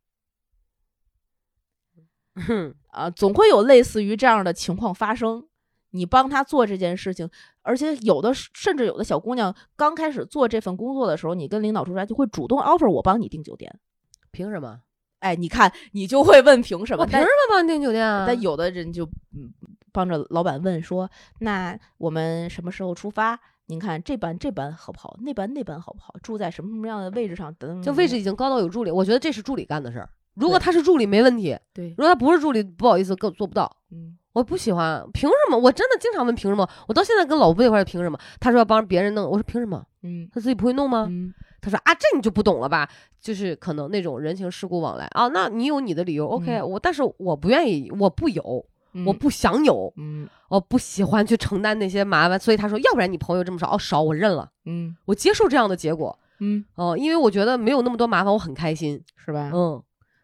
哼啊，总会有类似于这样的情况发生。你帮她做这件事情，而且有的甚至有的小姑娘刚开始做这份工作的时候，你跟领导出差就会主动 offer 我帮你订酒店。 (laughs) 凭什么？哎，你看你就会问凭什么？我凭什么帮你订酒店啊？但有的人就嗯，帮着老板问说：“那我们什么时候出发？您看这班这班好不好？那班那班好不好？住在什么什么样的位置上？等等就位置已经高到有助理，我觉得这是助理干的事儿。如果嗯对他是助理没问题，对如，果他不是助理，不好意思，更做不到。嗯，我不喜欢，凭什么？我真的经常问凭什么？我到现在跟老婆一块儿，凭什么？他说要帮别人弄，我说凭什么？嗯他自己不会弄吗？嗯，他说啊，这你就不懂了吧？就是可能那种人情世故往来啊，那你有你的理由，OK，、嗯我但是我不愿意，我不有，我嗯不想有，嗯我不喜欢去承担那些麻烦，所以他说，要不然你朋友这么少，哦，少我认了，嗯我接受这样的结果，嗯，哦、因为我觉得没有那么多麻烦，我很开心，是吧？嗯，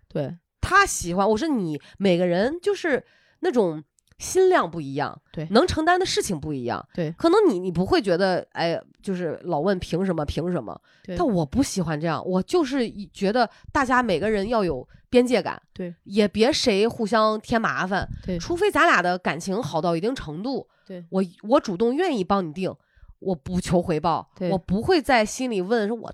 对他喜欢，我说你每个人就是那种心量不一样，对能承担的事情不一样，对可能你你不会觉得，哎，就是老问凭什么凭什么，对但我不喜欢这样，我就是一觉得大家每个人要有边界感，对，也别谁互相添麻烦，对除非咱俩的感情好到一定程度，对我我主动愿意帮你定。我不求回报，对我不会在心里问说我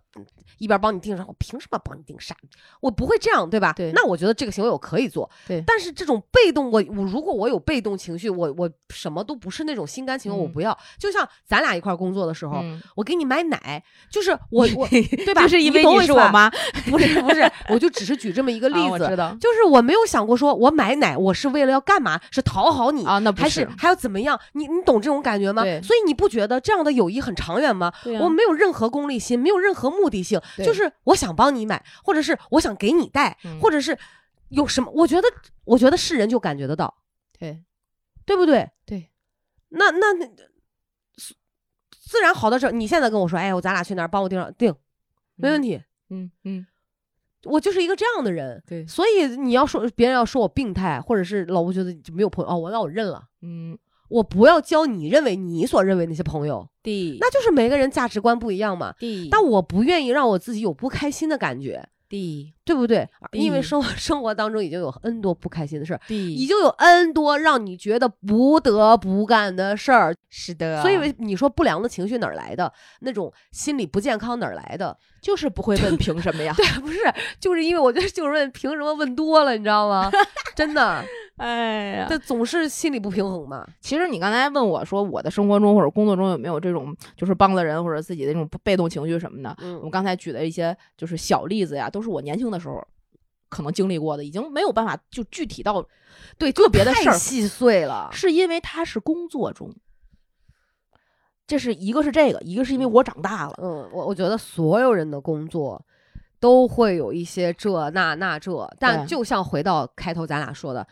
一边帮你定，然后我凭什么帮你定啥？我不会这样，对吧？对那我觉得这个行为我可以做，对但是这种被动，我我如果我有被动情绪，我我什么都不是那种心甘情嗯愿，我不要。就像咱俩一块儿工作的时候，嗯，我给你买奶，就是我 (laughs) 我对吧？就是因为你懂我是意思我吧，妈不是不是，我就只是举这么一个例啊啊我子，知道就是我没有想过说我买奶我是为了要干嘛，是讨好你。啊，那不还是还要怎么样？你你懂这种感觉吗？对所以你不觉得这样的友谊很长远吗？对啊我没有任何功利心，没有任何目的性，对就是我想帮你买，或者是我想给你带，嗯或者是有什么？我觉得，我觉得是人就感觉得到，对对不对？对，那那那自自然好的时候，你现在跟我说，哎，我咱俩去哪儿帮我订上订，没问题，题，嗯嗯，我就是一个这样的人。对，所以你要说别人要说我病态，或者是老吴觉得就没有朋友哦，我那我认了，嗯我不要交你认为你所认为那些朋友， ，D 那就是每个人价值观不一样嘛。 D 但我不愿意让我自己有不开心的感觉， D 对不对？嗯因为生活 (laughs) 生活当中已经有 N 多不开心的事儿，已 D，经有 N 多让你觉得不得不干的事儿，是的所以你说不良的情绪哪儿来的？那种心理不健康哪儿来的？ (laughs) 就是不会问凭什么呀？对，不是，就是因为我觉得就是问凭什么问多了，你知道吗？(laughs) 真的，哎呀，这总是心理不平衡嘛。其实你刚才问我说，我的生活中或者工作中有没有这种就是帮了人或者自己的那种被动情绪什么的？我嗯刚才举的一些就是小例子呀，都是我年轻的时候可能经历过的，已经没有办法就具体到对个别的事太儿，细碎了。是因为它是工作中。这是一个是这个，一个是因为我长大了，嗯，我我觉得所有人的工作都会有一些这那那这，但对就像回到开头咱俩说的，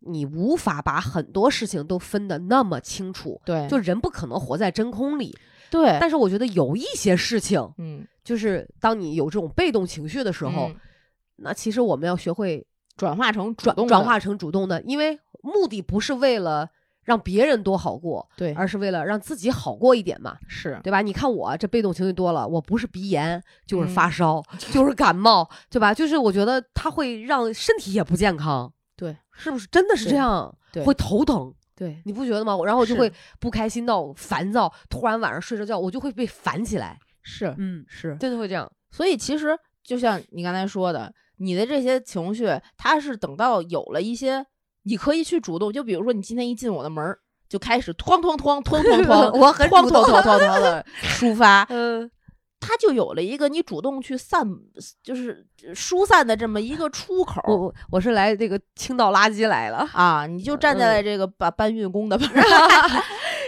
你无法把很多事情都分得那么清楚。对就就人不可能活在真空里，对，但是我觉得有一些事情，嗯，就是当你有这种被动情绪的时然候，后那其实我们要学会转化成嗯主转动的转化成主动的，因为目的不是为了让别人多好过，对，而是为了让自己好过一点嘛。是对吧？你看我这被动情绪多了，我不是鼻炎就是嗯发烧，就是感冒，对吧？就是我觉得它会让身体也不健康，对，是不是？真的是这对样，对会头疼，对你不觉得吗？然后我就是会不开心到烦躁，突然晚上睡着觉，我就会被烦起来，是嗯，是， (laughs) 真的会这样，所以其实就像你刚才说的，你的这些情绪，它是等到有了一些，你可以去主动。就比如说，你今天一进我的门儿，就开始哐哐哐哐哐哐， (laughs) 我很哐主哐动哐哐哐 (laughs) 的抒发，嗯，它就有了一个你主动去散，就是疏散的这么一个出口我儿我我是来这个清倒垃圾来了，啊！你就站在了这个搬搬运工 (laughs) 的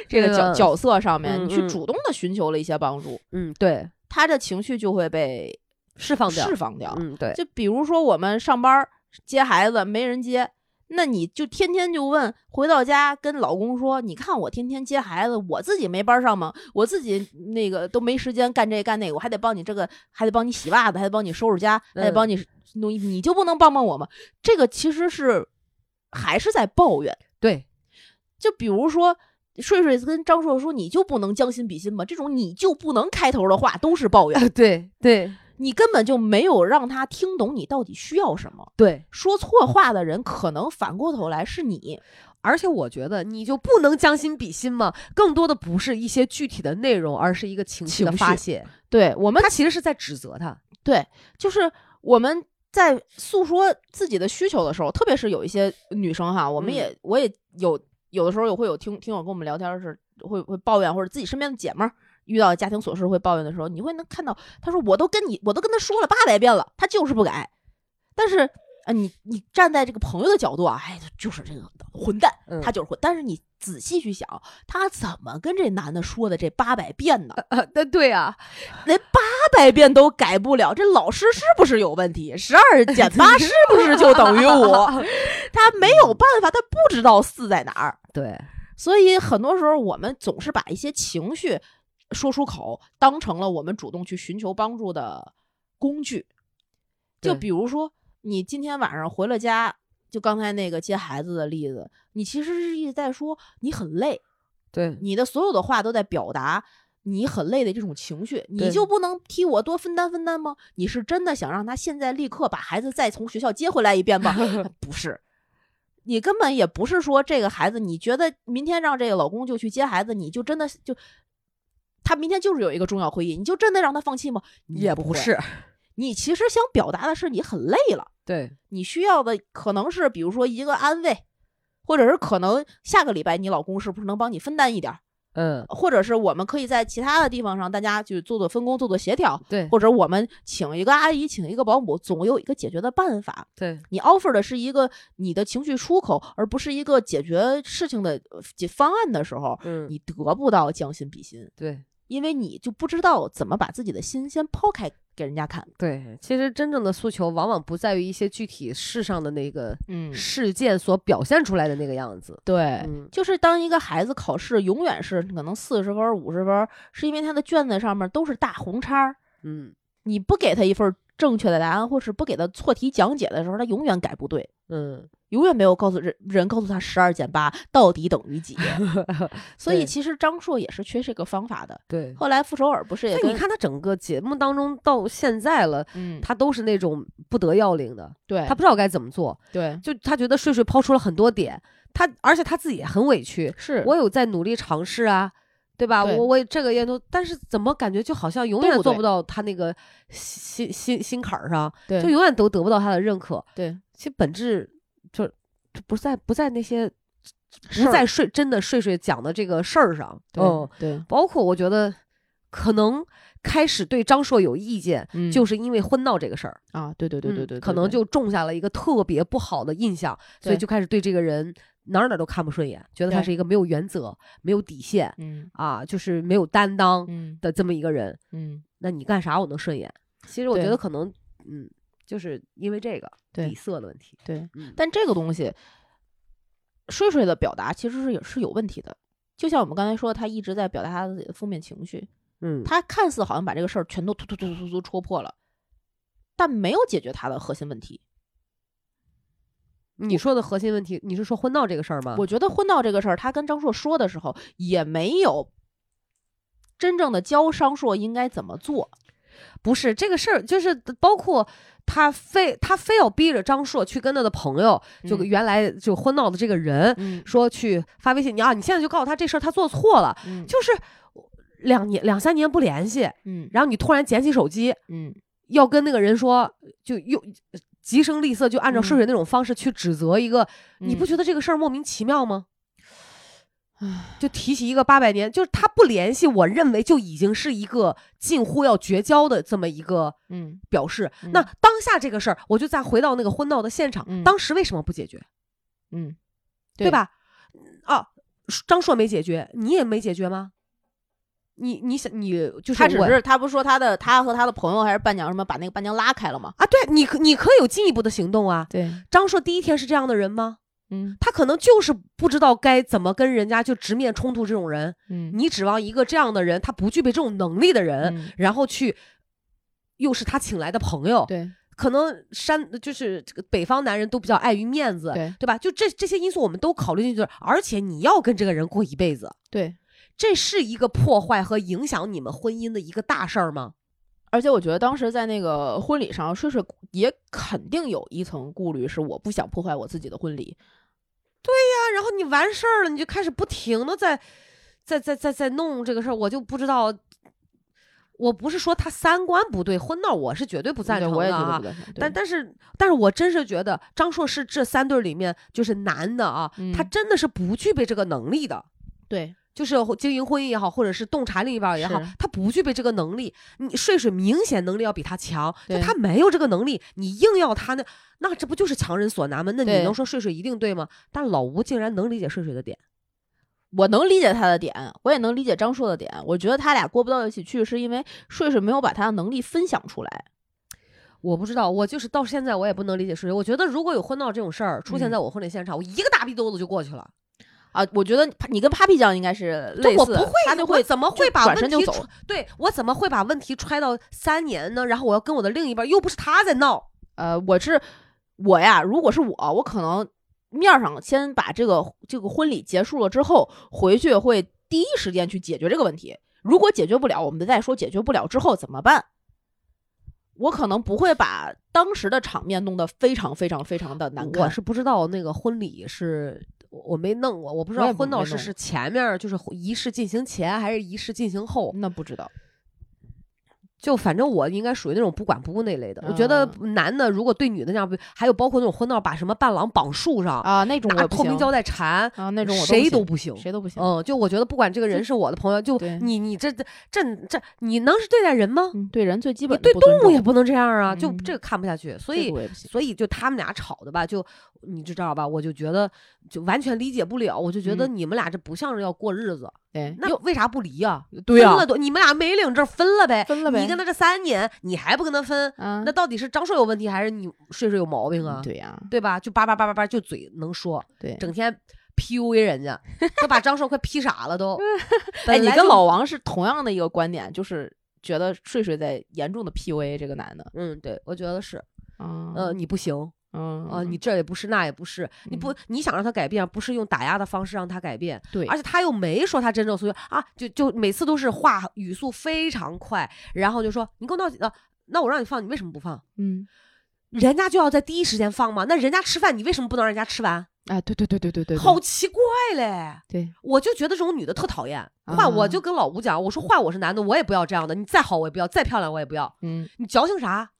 这个角嗯嗯角色上面，你嗯去嗯主动的寻求了一些帮助，嗯，对，他的情绪就会被释放掉，释放掉。嗯，对，就比如说我们上班儿接孩子没人接，那你就天天就问，回到家跟老公说，你看我天天接孩子，我自己没班儿上吗？我自己那个都没时间干这干那个，我还得帮你这个，还得帮你洗袜子，还得帮你收拾家，还得嗯帮你弄衣服，你就不能帮帮我吗？这个其实是还是在抱怨。对，就比如说。睡睡跟张呃硕说：“你就不能将心比心吗？这种你就不能开头的话都是抱怨，对，对，你根本就没有让他听懂你到底需要什么。对，说错话的人，可能反过头来是你。而且我觉得你就不能将心比心嘛，更多的不是一些具体的内容，而是一个情绪的情绪发泄。对我们他其实是在指责他，对，就是我们在诉说自己的需求的时候，特别是有一些女生哈，我们也、我也有有的时候也会有听听友跟我们聊天是会会抱怨，或者自己身边的姐妹儿遇到家庭琐事会抱怨的时候，你会能看到，她说我都跟你我都跟她说了八百遍了，她就是不改，但是。啊，你你站在这个朋友的角度啊，哎，就是这个混蛋，嗯他就是混。但是你仔细去想，他怎么跟这男的说的这八百遍呢？呃，对对啊，连八百遍都改不了，这老师是不是有问题？十 (laughs) 二减八是不是就等于五？嗯 (laughs) 他没有办法，他不知道四在哪儿。对，所以很多时候，我们总是把一些情绪说出口，当成了我们主动去寻求帮助的工具。就对比如说，你今天晚上回了家，就刚才那个接孩子的例子，你其实是一直在说你很累，对，你的所有的话都在表达你很累的这种情绪，你对就不能替我多分担分担吗？你是真的想让他现在立刻把孩子再从学校接回来一遍吗？ (laughs) 不是。你根本也不是说这个孩子，你觉得明天让这个老公就去接孩子，你就真的就他明天就是有一个重要会议，你就真的让他放弃吗？你也不不会，是，你其实想表达的是你很累了，对你需要的可能是比如说一个安慰，或者是可能下个礼拜你老公是不是能帮你分担一点儿？嗯，或者是我们可以在其他的地方上，大家就做做分工，做做协调，对或者我们请一个阿姨，请一个保姆，总有一个解决的办法。对你 offer 的是一个你的情绪出口，而不是一个解决事情的呃解方案的时候，嗯你得不到将心比心，对因为你就不知道怎么把自己的心先抛开给人家看。对，其实真正的诉求往往不在于一些具体事上的那个嗯事件所表现出来的那个样子。对，嗯，就是当一个孩子考试永远是可能四十分、五十分，是因为他的卷子上面都是大红叉儿，嗯你不给他一份正确的答案，或是不给他错题讲解的时候，他永远改不对，嗯，永远没有告诉人人告诉他十二减八到底等于几。 (laughs) 所以对其实张硕也是缺这个方法的。对。后来傅首尔不是也所以跟你，看，他整个节目当中到现在了，嗯，他都是那种不得要领的，对，他不知道该怎么做，对就他觉得睡睡抛出了很多点，他而且他自己也很委屈，是我有在努力尝试啊，对吧？对我我也这个也都，但是怎么感觉就好像永都远不做对不到他那个心心心坎儿上，对就永远都得不到他的认可。对其实本质就就不在不在那些事不儿在睡真的睡睡讲的这个事儿上，嗯，对，包括我觉得可能开始对张硕有意见，嗯就是因为婚闹这个事儿，啊，对对对对嗯对，可能就种下了一个特别不好的印象，所以对就开始对这个人哪儿哪儿都看不顺眼，觉得他对是一个没有原则、没有底线嗯啊，就是没有担当嗯的这么一个人。嗯，那你干啥我能顺眼？其实我对觉得可能，嗯，就是因为这个对底色的问题。对。嗯，但这个东西，睡睡的表达其实是有是有问题的。就像我们刚才说，他一直在表达他自己的负面情绪，嗯，他看似好像把这个事儿全都突突突突突戳破了，但没有解决他的核心问题。你说的核心问题，你是说婚闹这个事儿吗？我觉得婚闹这个事儿，他跟张硕说的时候也没有真正的教张硕应该怎么做。不是这个事儿，就是包括他非他非要逼着张硕去跟他的朋友，就嗯原来就婚闹的这个人，嗯说去发微信，你啊，你现在就告诉他这事儿他做错了，嗯就是两年两三年不联系，嗯然后你突然捡起手机嗯要跟那个人说，就又急声厉色，就按照顺水嗯那种方式去指责一个，你不觉得这个事儿莫名其妙吗？就提起一个八百年，就是他不联系，我认为就已经是一个近乎要绝交的这么一个嗯表示。嗯那当下这个事儿，我就再回到那个婚闹的现场，嗯当时为什么不解决，嗯，对对吧？哦，张硕没解决，你也没解决吗？你你想你就是他只我是他不是说他的他和他的朋友还是伴娘什么把那个伴娘拉开了吗？啊，对你可你可以有进一步的行动啊。对，张硕第一天是这样的人吗？嗯他可能就是不知道该怎么跟人家就直面冲突这种人。嗯你指望一个这样的人，他不具备这种能力的人，嗯然后去，又是他请来的朋友，对可能山就是这个北方男人都比较碍于面子，对吧？就这这些因素我们都考虑进去了，而且你要跟这个人过一辈子，对这是一个破坏和影响你们婚姻的一个大事儿吗？而且我觉得当时在那个婚礼上，睡睡也肯定有一层顾虑，是我不想破坏我自己的婚礼。啊，然后你完事儿了，你就开始不停的在在在在在弄这个事儿，我就不知道。我不是说他三观不对，婚闹我是绝对不赞对成我也的觉得啊不。对对但但是，但是我真是觉得张硕是这三对儿里面就是男的啊，他嗯真的是不具备这个能力的，对，就是经营婚姻也好，或者是洞察另一半儿也好是，他不具备这个能力。你睡睡明显能力要比他强，就对他没有这个能力，你硬要他那，那这不就是强人所难吗？那你对能说睡睡一定对吗？但老吴竟然能理解睡睡的点，我能理解他的点，我也能理解张硕的点。我觉得他俩过不到一起去，是因为睡睡没有把他的能力分享出来。我不知道，我就是到现在我也不能理解睡睡。我觉得如果有婚闹这种事儿出现嗯在我婚礼现场，我一个大逼兜子就过去了。啊，我觉得你跟 Papi 酱应该是就类似，我不会，他就我会怎么就会把转问身题就出？走对我怎么会把问题揣到三年呢？然后我要跟我的另一半，又不是他在闹，呃，我是我呀，如果是我，我可能面儿上先把这个这个婚礼结束了之后，回去会第一时间去解决这个问题。如果解决不了，我们再说解决不了之后怎么办。我可能不会把当时的场面弄得非常非常非常的难我看。是不知道那个婚礼是。我我没弄过，我不知我道也不婚闹没是弄是前面就是仪式进行前还是仪式进行后，那不知道，就反正我应该属于那种不管不顾那类的。我觉得嗯男的如果对女的那样，还有包括那种婚闹把什么伴郎绑树上，啊，那种我拿不透明行胶带缠，啊，那种我谁都都不不行行。谁都不行。嗯，就我觉得不管这个人是我的朋友，就对你你这这这这你能是对待人吗？嗯，对人最基你本的对不尊动物也重，不能这样啊，就嗯这个看不下去。所这以个我也不行所以就他们俩吵的吧，就你就知道吧，我就觉得就完全理解不了，我就觉得嗯你们俩这不像是要过日子，对，那为啥不离呀、对啊分了都你们俩没领证分了呗，分了呗你跟他这三年，你还不跟他分，啊那到底是张硕有问题还是你睡睡有毛病啊？嗯对呀，对吧？就叭叭叭叭叭，就嘴能说，对。整天 PUA 人家，都把张硕快 P 傻了都。 (laughs) 哎，本你来跟就老王是同样的一个观点，就是觉得睡睡在严重的 PUA 这个男的。嗯，对，我觉得是，啊呃，你不行，嗯啊，你这也不是，那也不是，你不，你想让他改变，不是用打压的方式让他改变，对而且他又没说他真正所有啊，就就每次都是话语速非常快，然后就说你给我闹几呃，那我让你放，你为什么不放？嗯人家就要在第一时间放吗？那人家吃饭，你为什么不能让人家吃完？啊，对对对对对对，好奇怪嘞！对我就觉得这种女的特讨厌。换我啊就跟老吴讲，我说换我是男的，我也不要这样的。你再好我也不要，再漂亮我也不要。嗯你矫情啥？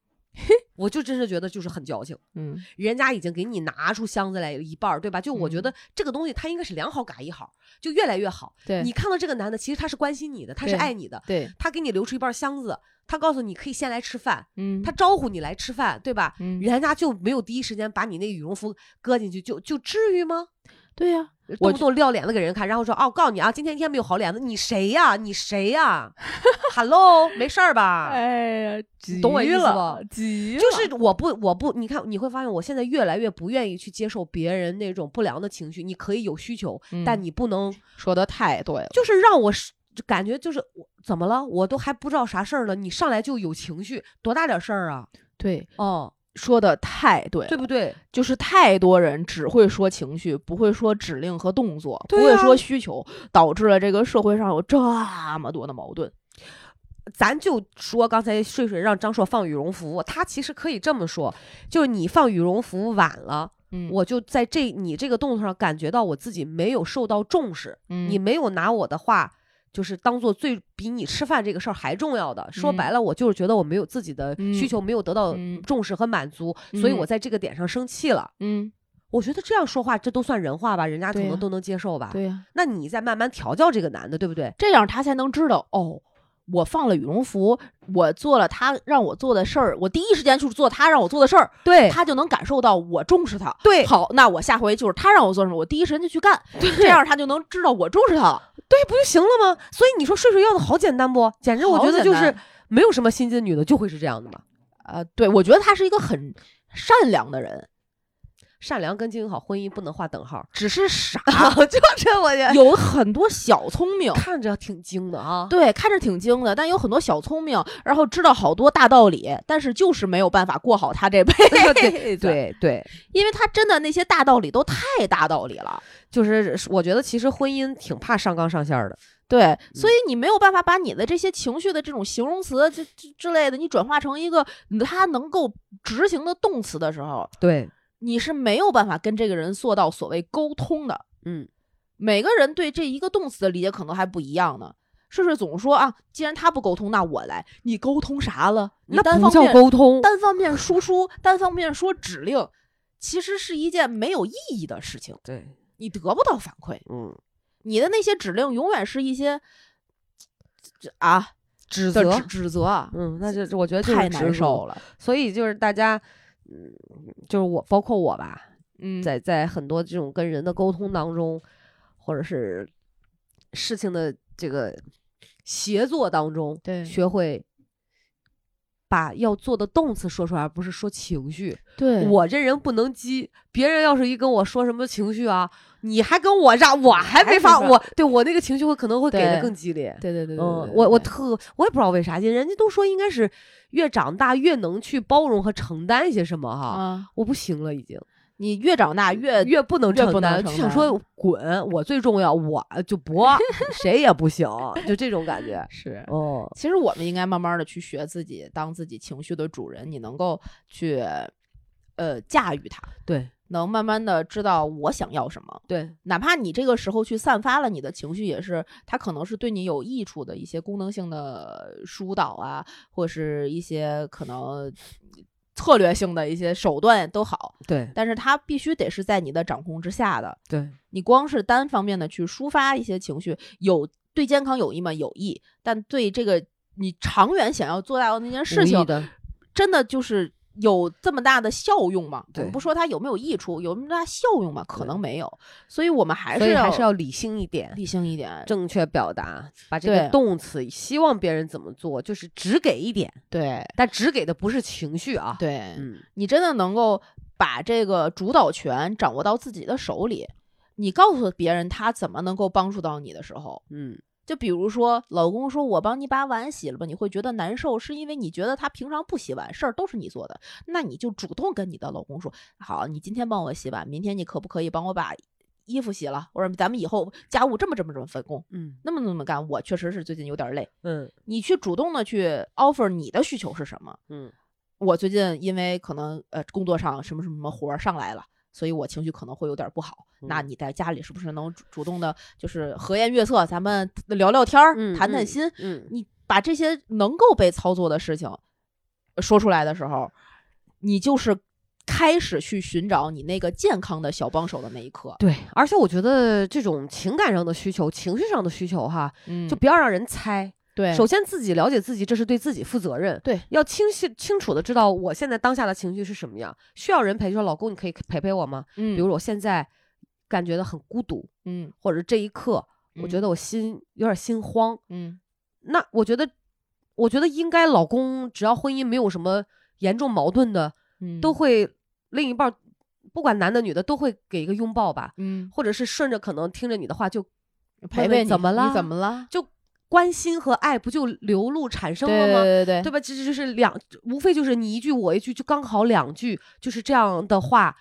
我就真是觉得就是很矫情。嗯人家已经给你拿出箱子来有一半儿，对吧？就我觉嗯得这个东西它应该是良好嘎一好，就越来越好。对你看到这个男的，其实他是关心你的，他是对爱你的，对他给你留出一半箱子，他告诉你可以先来吃饭，嗯他招呼你来吃饭，对吧？嗯人家就没有第一时间把你那个羽绒服搁进去，就就至于吗？对呀，我动不动撂脸子给人看，然后说哦，告诉你啊，今天一天没有好脸子，你谁呀、你谁 (laughs) 呀、哈 Hello，没事儿吧？哎呀，急懂我意思了不，急了，就是我不，我不，你看，你会发现，我现在越来越不愿意去接受别人那种不良的情绪。你可以有需求，嗯但你不能，说的太对了，就是让我是感觉就是我怎么了，我都还不知道啥事儿了，你上来就有情绪，多大点事儿啊？对，哦，说的太对对了，不对？就是太多人只会说情绪，不会说指令和动作，不对会啊说需求，导致了这个社会上有这么多的矛盾。咱就说刚才睡睡让张硕放羽绒服，他其实可以这么说，就是你放羽绒服晚了，嗯我就在这你这个动作上感觉到我自己没有受到重视。嗯你没有拿我的话就是当做最比你吃饭这个事儿还重要的。说嗯白了，我就是觉得我没有自己的嗯需求没有得到嗯重视和满足，所以嗯我在这个点上生气了。嗯，我觉得这样说话，这都算人话吧，人家可对呀能都能接受吧。对啊呀、那你再慢慢调教这个男的，对不对？这样他才能知道哦，我放了羽绒服，我做了他让我做的事儿，我第一时间去做他让我做的事儿，对他就能感受到我重视他。对好，那我下回就是他让我做什么，我第一时间就去干，这样他就能知道我重视他了。对，不就行了吗？所以你说睡睡要的好简单不？简直我好觉得简就是单没有什么心机的女的就会是这样的嘛。 (laughs) 呃，对，我觉得他是一个很善良的人，，善良跟经营好婚姻不能划等号只是傻，啊就这我觉 (laughs) 得有很多小聪明。看着挺精的 (laughs) 啊。对，看着挺精的，但有很多小聪明，然后知道好多大道理，但是就是没有办法过好他这辈子。 (laughs) 对对对， (laughs) 因为他真的那些大道理都太大道理了。就是我觉得其实婚姻挺怕上纲上线儿的， (laughs) 对，所以你没有办法把你的这些情绪的这种形容词这这之类的，你转化成一个嗯它能够执行的动词的时候，对，你是没有办法跟这个人做到所谓沟通的。嗯，每个人对这一个动词的理解可能还不一样呢。试试总说啊，既然他不沟通，那我来。你沟通啥了？你那单不方叫面沟通，单方面输出，单方面说指令，其实是一件没有意义的事情，对，你得不到反馈。嗯，你的那些指令永远是一些这啊指指责，指指责啊，嗯，那就我觉得就是太指难责受了。所以就是大家，嗯，就是我，包括我吧，嗯，在在很多这种跟人的沟通当中，或者是事情的这个协作当中，对学会把要做的动词说出来，而不是说情绪。对我这人不能激，别人要是一跟我说什么情绪啊，你还跟我让，我还还没没法，法我对我那个情绪会可能会给的对更激烈。对对对对，嗯对，我我对特我也不知道为啥，人家都说应该是越长大越能去包容和承担一些什么哈，啊，我不行了已经，你越长大越越不能越不承能承担，就想担说滚，我最重要，我 (laughs) 就不，谁也不行，就这种感觉。是。哦，其实我们应该慢慢的去学自己当自己情绪的主人，你能够去呃驾驭它，对能慢慢的知道我想要什么。对，哪怕你这个时候去散发了你的情绪，也是它可能是对你有益处的一些功能性的疏导啊，或是一些可能策略性的一些手段都好，对但是它必须得是在你的掌控之下的。对你光是单方面的去抒发一些情绪，有对健康有益吗？有益，但对这个你长远想要做到的那件事情，的，真的就是有这么大的效用吗？我对们不说它有没有益处，有那么大效用吗？可对能没有，所以我们还所是以要还是要理性一点，理性一点。正确表达，把这个对动词希望别人怎么做，就是只给一点，对但只给的不是情绪啊。，对，嗯，你真的能够把这个主导权掌握到自己的手里，你告诉别人他怎么能够帮助到你的时候，嗯，就比如说，老公说我帮你把碗洗了吧，你会觉得难受，是因为你觉得他平常不洗碗，事儿都是你做的，那你就主动跟你的老公说，好，你今天帮我洗碗，明天你可不可以帮我把衣服洗了？或者咱们以后家务这么这么这么分工，嗯那么那么干，我确实是最近有点累。嗯你去主动的去 offer 你的需求是什么？嗯我最近因为可能呃工作上什么什么什么活儿上来了。所以我情绪可能会有点不好，那嗯你在家里是不是能主主动的，就是和颜悦色，咱们呃聊聊天儿，嗯谈谈嗯心，嗯，你把这些能够被操作的事情呃说出来的时候，你就是开始去寻找你那个健康的小帮手的那一刻。对。而且我觉得这种情感上的需求、情绪上的需求，哈，嗯就不要让人猜。对首先自己了解自己，这是对自己负责任。对，要清晰清楚的知道我现在当下的情绪是什么样，需要人陪。说老公，你可以陪陪我吗？嗯，比如我现在感觉到很孤独，嗯或者这一刻我觉嗯得我心有点心慌，嗯那我觉得，我觉得应该老公只要婚姻没有什么严重矛盾的，嗯都会另一半儿，不管男的女的，都会给一个拥抱吧，嗯或者是顺着可能听着你的话就陪陪问问你怎么啦你怎么啦？就关心和爱不就流露产生对了吗？对对对吧？这这就是两，无非就是你一句我一句，就刚好两句，就是这样的话，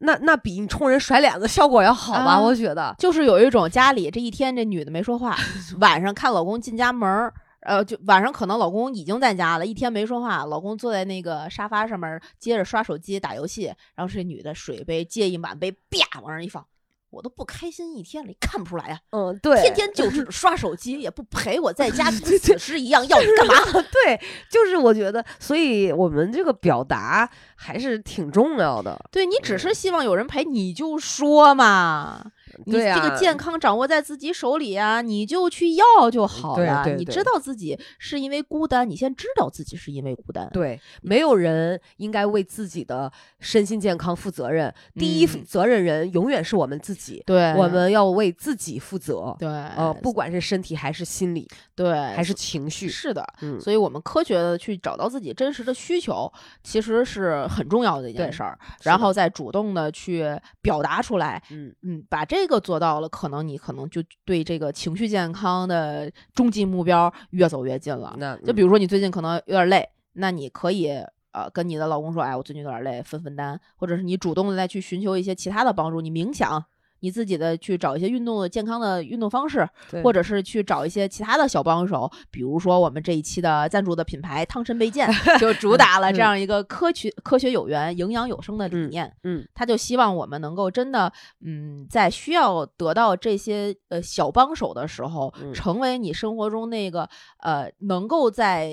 那那比你冲人甩脸子效果要好吧？啊我觉得，就是有一种家里这一天这女的没说话，晚上看老公进家门儿，呃，就晚上可能老公已经在家了，一天没说话，老公坐在那个沙发上面儿接着刷手机打游戏，然后这女的水杯借一满杯，啪往上一放。我都不开心一天了，你看不出来啊？嗯，对，天天就只刷手机，也不陪我在家，跟死尸一样，要你干嘛？ (laughs) 对，就是我觉得，所以我们这个表达还是挺重要的。对你只嗯是希望有人陪，你就说嘛。你对这啊个健康掌握在自己手里啊，你就去要就好对了。对你对知道自己是因为孤单，你先知道自己是因为孤单。对，没有人应该为自己的身心健康负责任，第一负嗯责任人永远是我们自己，对我们要为自己负责。对呃，不管是身体还是心理，对还是情绪，哎是的。嗯，所以，我们科学的去找到自己真实的需求，其实是很重要的一件对事儿，是然的后再主动的去表达出来，嗯，嗯，把这个做到了，可能你可能就对这个情绪健康的终极目标越走越近了。那就比如说你最近可能有点累，那你可以呃跟你的老公说，哎，我最近有点累，分分担，或者是你主动的再去寻求一些其他的帮助，你冥想。你自己的去找一些运动的健康的运动方式，对或者是去找一些其他的小帮手，比如说我们这一期的赞助的品牌汤臣倍 (laughs) 健就主打了这样一个科学、科学有源、营养有声的理念。嗯，他就希望我们能够真的，嗯，在需要得到这些呃小帮手的时候，嗯成为你生活中那个呃能够在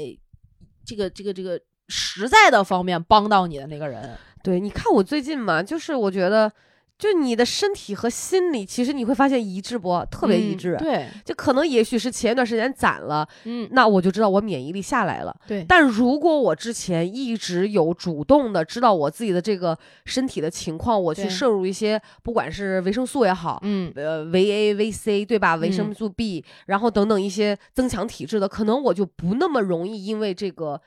这个这个这个实在的方面帮到你的那个人。对，你看我最近嘛，就是我觉得，就你的身体和心理，其实你会发现一致不？特别一嗯致。对，就可能也许是前一段时间攒了，嗯，那我就知道我免疫力下来了。对，但如果我之前一直有主动的知道我自己的这个身体的情况，我去对摄入一些不管是维生素也好，嗯，呃，维 A、维 C 对吧？维生嗯素 B，、然后等等一些增强体质的，可能我就不那么容易因为这个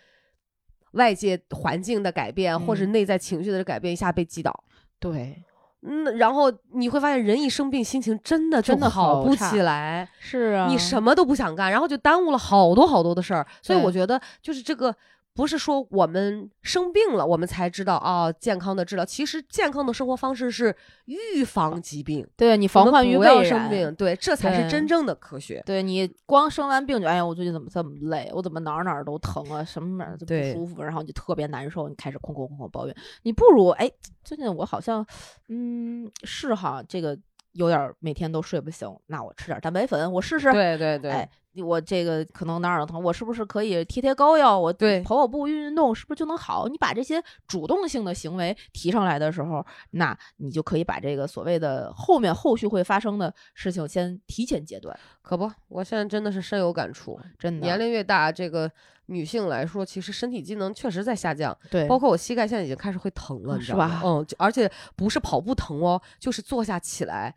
外界环境的改变、或者嗯内在情绪的改变一下被击倒。对，嗯，然后你会发现，人一生病，心情真的就真的好好不差起来。是啊，你什么都不想干，然后就耽误了好多好多的事儿。所以对我觉得，就是这个不是说我们生病了，我们才知道啊，健康的治疗。其实健康的生活方式是预防疾病，对你我防们患于不未要然生病。对，这才是对真正的科学。对你光生完病就哎呀，我最近怎么这么累？我怎么哪儿哪儿都疼啊，什么哪儿都不对舒服，然后你就特别难受，你开始空空空空抱怨。你不如哎，最近我好像嗯是哈，这个有点儿每天都睡不醒，那我吃点儿蛋白粉，我试试。对对对哎，我这个可能哪儿哪儿疼，我是不是可以贴贴膏药？我对跑跑步、运运动，是不是就能好？你把这些主动性的行为提上来的时候，那你就可以把这个所谓的后面后续会发生的事情先提前阶段，可不，我现在真的是深有感触。真的年龄越大，这个女性来说，其实身体机能确实在下降，对 (laughs) 啊包括我膝盖现在已经开始会疼了，你知是道吗吧？嗯，就而且不是跑步疼哦，就是坐下起来。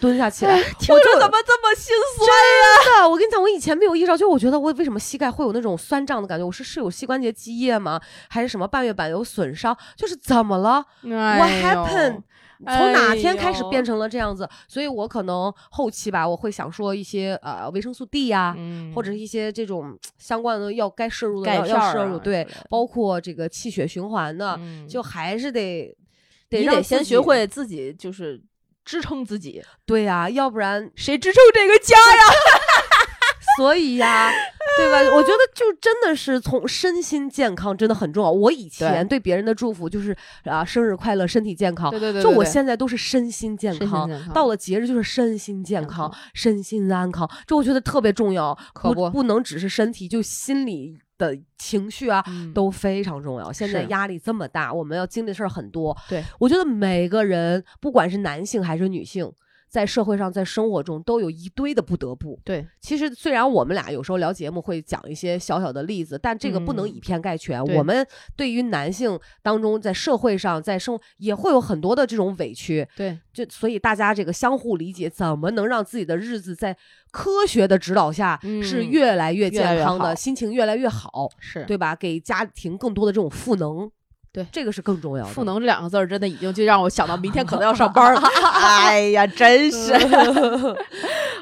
蹲下起来，哎听我着就怎么这么心酸？真的，我跟你讲，我以前没有意识到，就我觉得我为什么膝盖会有那种酸胀的感觉？我是是有膝关节积液吗？还是什么半月板有损伤？就是怎么了 (laughs)？What 哎呦 happened？从哪天哎开始呦变成了这样子？所以我可能后期吧，我会想说一些呃维生素 D 呀、嗯或者一些这种相关的要该摄入的钙要片要儿摄啊入，对之类的，包括这个气血循环的，嗯就还是得你让得自先学己，会自己就是支撑自己，对呀、要不然谁支撑这个家呀？所以呀、对吧？我觉得就真的是从身心健康真的很重要。我以前对别人的祝福就是啊，生日快乐，身体健康。对对对，就对我对现在都是身心健身心康，健康到了节日就是身心健康，健康身心安康，这我觉得特别重要。可不不不能只是身体，就心理的情绪啊。嗯都非常重要。现在是压力这么大，我们要经历的事儿很多。对，我觉得每个人，不管是男性还是女性，在社会上、在生活中，都有一堆的不得不。对，其实虽然我们俩有时候聊节目会讲一些小小的例子，但这个不能嗯以偏概全。对我们对于男性当中在社会上在生也会有很多的这种委屈，对，就所以大家这个相互理解，怎么能让自己的日子在科学的指导下、嗯是越来越越来健越康的，好心情越来越好，是对吧？给家庭更多的这种赋能，对这个是更重要的。赋能这两个字儿真的已经就让我想到明天可能要上班了。 (laughs) 哎呀，真 (laughs) 是。嗯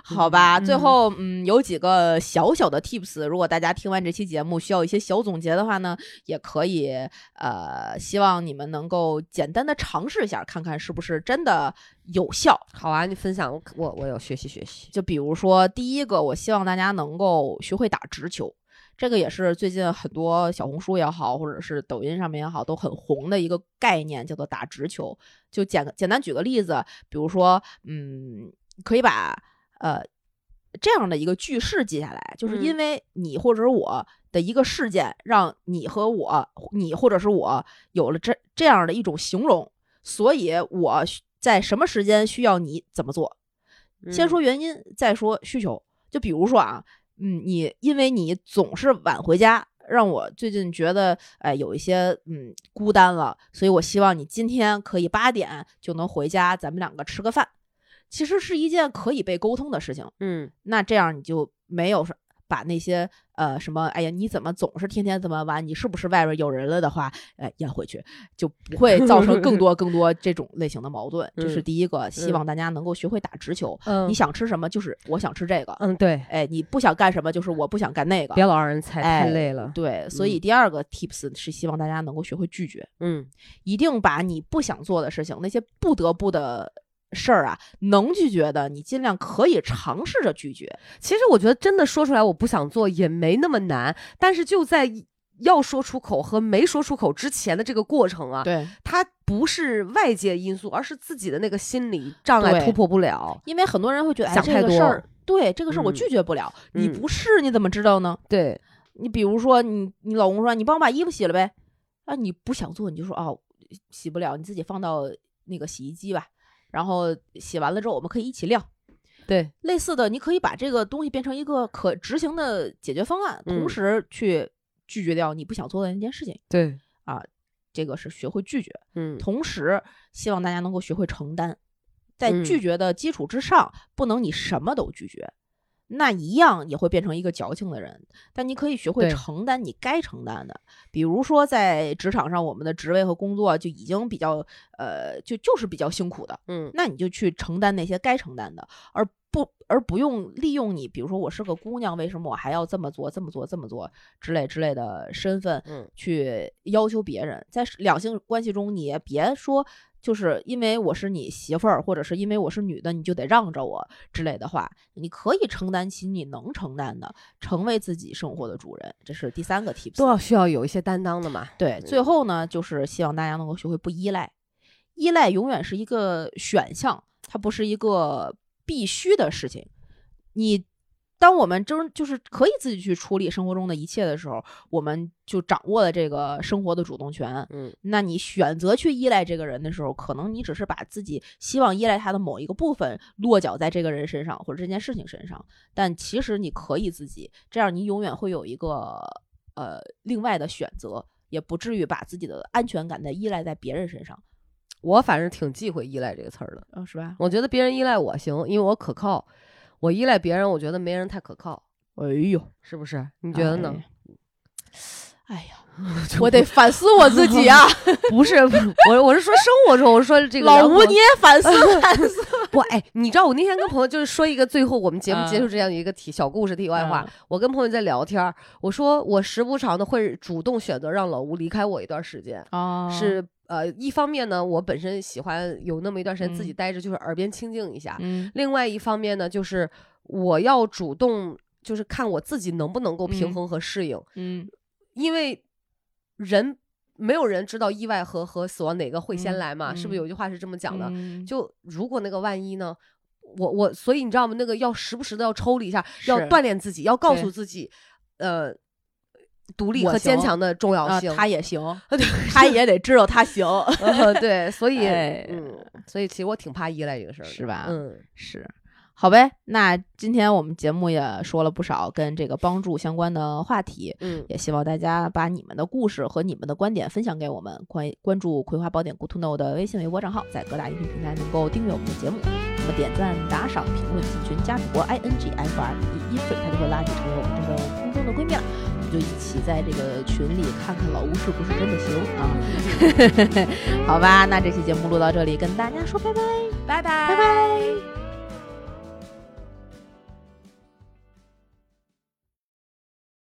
好吧，最后嗯有几个小小的 tips，如果大家听完这期节目需要一些小总结的话呢，也可以呃，希望你们能够简单的尝试一下，看看是不是真的有效。 (laughs) 好啊，你分享，我我我要学习学习。就比如说第一个，我希望大家能够学会打直球，这个也是最近很多小红书也好，或者是抖音上面也好，都很红的一个概念，叫做打直球。就简简单举个例子，比如说，嗯，可以把呃这样的一个句式记下来，就是嗯因为你或者是我的一个事件，让你和我，你或者是我有了这这样的一种形容，所以我需在什么时间需要你怎么做。先嗯说原因，再说需求。就比如说啊，嗯，你因为你总是晚回家，让我最近觉得哎有一些嗯孤单了，所以我希望你今天可以八点就能回家，咱们两个吃个饭。其实是一件可以被沟通的事情，嗯，那这样你就没有说把那些呃什么，哎呀，你怎么总是天天这么晚？你是不是外边有人了的话，哎，咽回去就不会造成更 (laughs) 多更多这种类型的矛盾。这是嗯第一个，希嗯望大家能够学会打直球。嗯你想吃什么，就是我想吃这个。嗯，对，哎，你不想干什么，就是我不想干那个。别老让人猜，太哎累了。对，所嗯以第二个 tips 是希望大家能够学会拒绝，嗯一定把你不想做的事情，那些不得不的事儿啊，能拒绝的，你尽量可以尝试着拒绝。其实我觉得真的说出来我不想做也没那么难，但是就在要说出口和没说出口之前的这个过程啊，对，它不是外界因素，而是自己的那个心理障碍对突破不了。因为很多人会觉得哎想这太个多事儿，对这个事儿我嗯拒绝不了。你嗯不试你怎么知道呢？对，你比如说你你老公说你帮我把衣服洗了呗，啊你不想做你就说哦洗不了，你自己放到那个洗衣机吧，然后洗完了之后我们可以一起晾。对，类似的，你可以把这个东西变成一个可执行的解决方案，嗯同时去拒绝掉你不想做的那件事情。对，这个是学会拒绝，嗯，同时希望大家能够学会承担，在嗯拒绝的基础之上，不能你什么都拒绝，那一样也会变成一个矫情的人。但你可以学会对承担你该承担的，比如说在职场上，我们的职位和工作就已经比较呃，就就是比较辛苦的，嗯，那你就去承担那些该承担的，而不而不用利用你，比如说我是个姑娘，为什么我还要这么做、这么做、这么做之类之类的身份，嗯，去要求别人。在两性关系中，你也别说就是因为我是你媳妇儿，或者是因为我是女的，你就得让着我之类的话，你可以承担起你能承担的，成为自己生活的主人。这是第三个 tips，都要需要有一些担当的嘛。对，最后呢，就是希望大家能够学会不依赖，依赖永远是一个选项，它不是一个必须的事情。你当我们真就是可以自己去处理生活中的一切的时候，我们就掌握了这个生活的主动权。嗯，那你选择去依赖这个人的时候，可能你只是把自己希望依赖他的某一个部分落脚在这个人身上或者这件事情身上，但其实你可以自己，这样你永远会有一个呃另外的选择，也不至于把自己的安全感再依赖在别人身上，我反正挺忌讳“依赖”这个词儿的。嗯、是吧？我觉得别人依赖我行，因为我可靠；我依赖别人，我觉得没人太可靠，哎呦，是不是？你觉得呢？哎？ (laughs) 哎呀，我得反思我自己 (laughs) 啊！不是， (laughs) 我我是说生活中，我是说这个老聊吴，过你也反思 (laughs) 反思。我哎，你知道我那天跟朋友就是说一个最后我们节目嗯结束这样一个题小故事题外话嗯，我跟朋友在聊天儿，我说我时不常的会主动选择让老吴离开我一段时间，哦是呃一方面呢，我本身喜欢有那么一段时间自己嗯待着，就是耳边清静一下；嗯另外一方面呢，就是我要主动，就是看我自己能不能够平嗯衡和适应，嗯，因为人没有人知道意外和和死亡哪个会先嗯来嘛，是不是嗯有句话是这么讲的？嗯就如果那个万一呢？我我所以你知道吗？那个要时不时的要抽离一下，是要锻炼自己，要告对诉自己，呃，独立我和坚行强的重要啊性。他也行， (laughs) 对他也得知道他行，呃 (laughs) 对，所以、哎嗯，所以其实我挺怕依赖这个事儿的，是吧嗯， (laughs) 是，好呗。那今天我们节目也说了不少跟这个帮助相关的话题，嗯，也希望大家把你们的故事和你们的观点分享给我们。关关注《葵花宝典 Good to Know》的微信、微博账号，在各大音频平台能够订阅我们的节目。那么点赞、打赏、评论、进群、加主播 i n g f r E 一一水，他就会拉你成为我们真正空中的闺蜜了。我们就一起在这个群里看看老吴是不是真的行 (laughs) 啊？好吧，那这期节目录到这里，跟大家说拜拜，拜拜拜拜。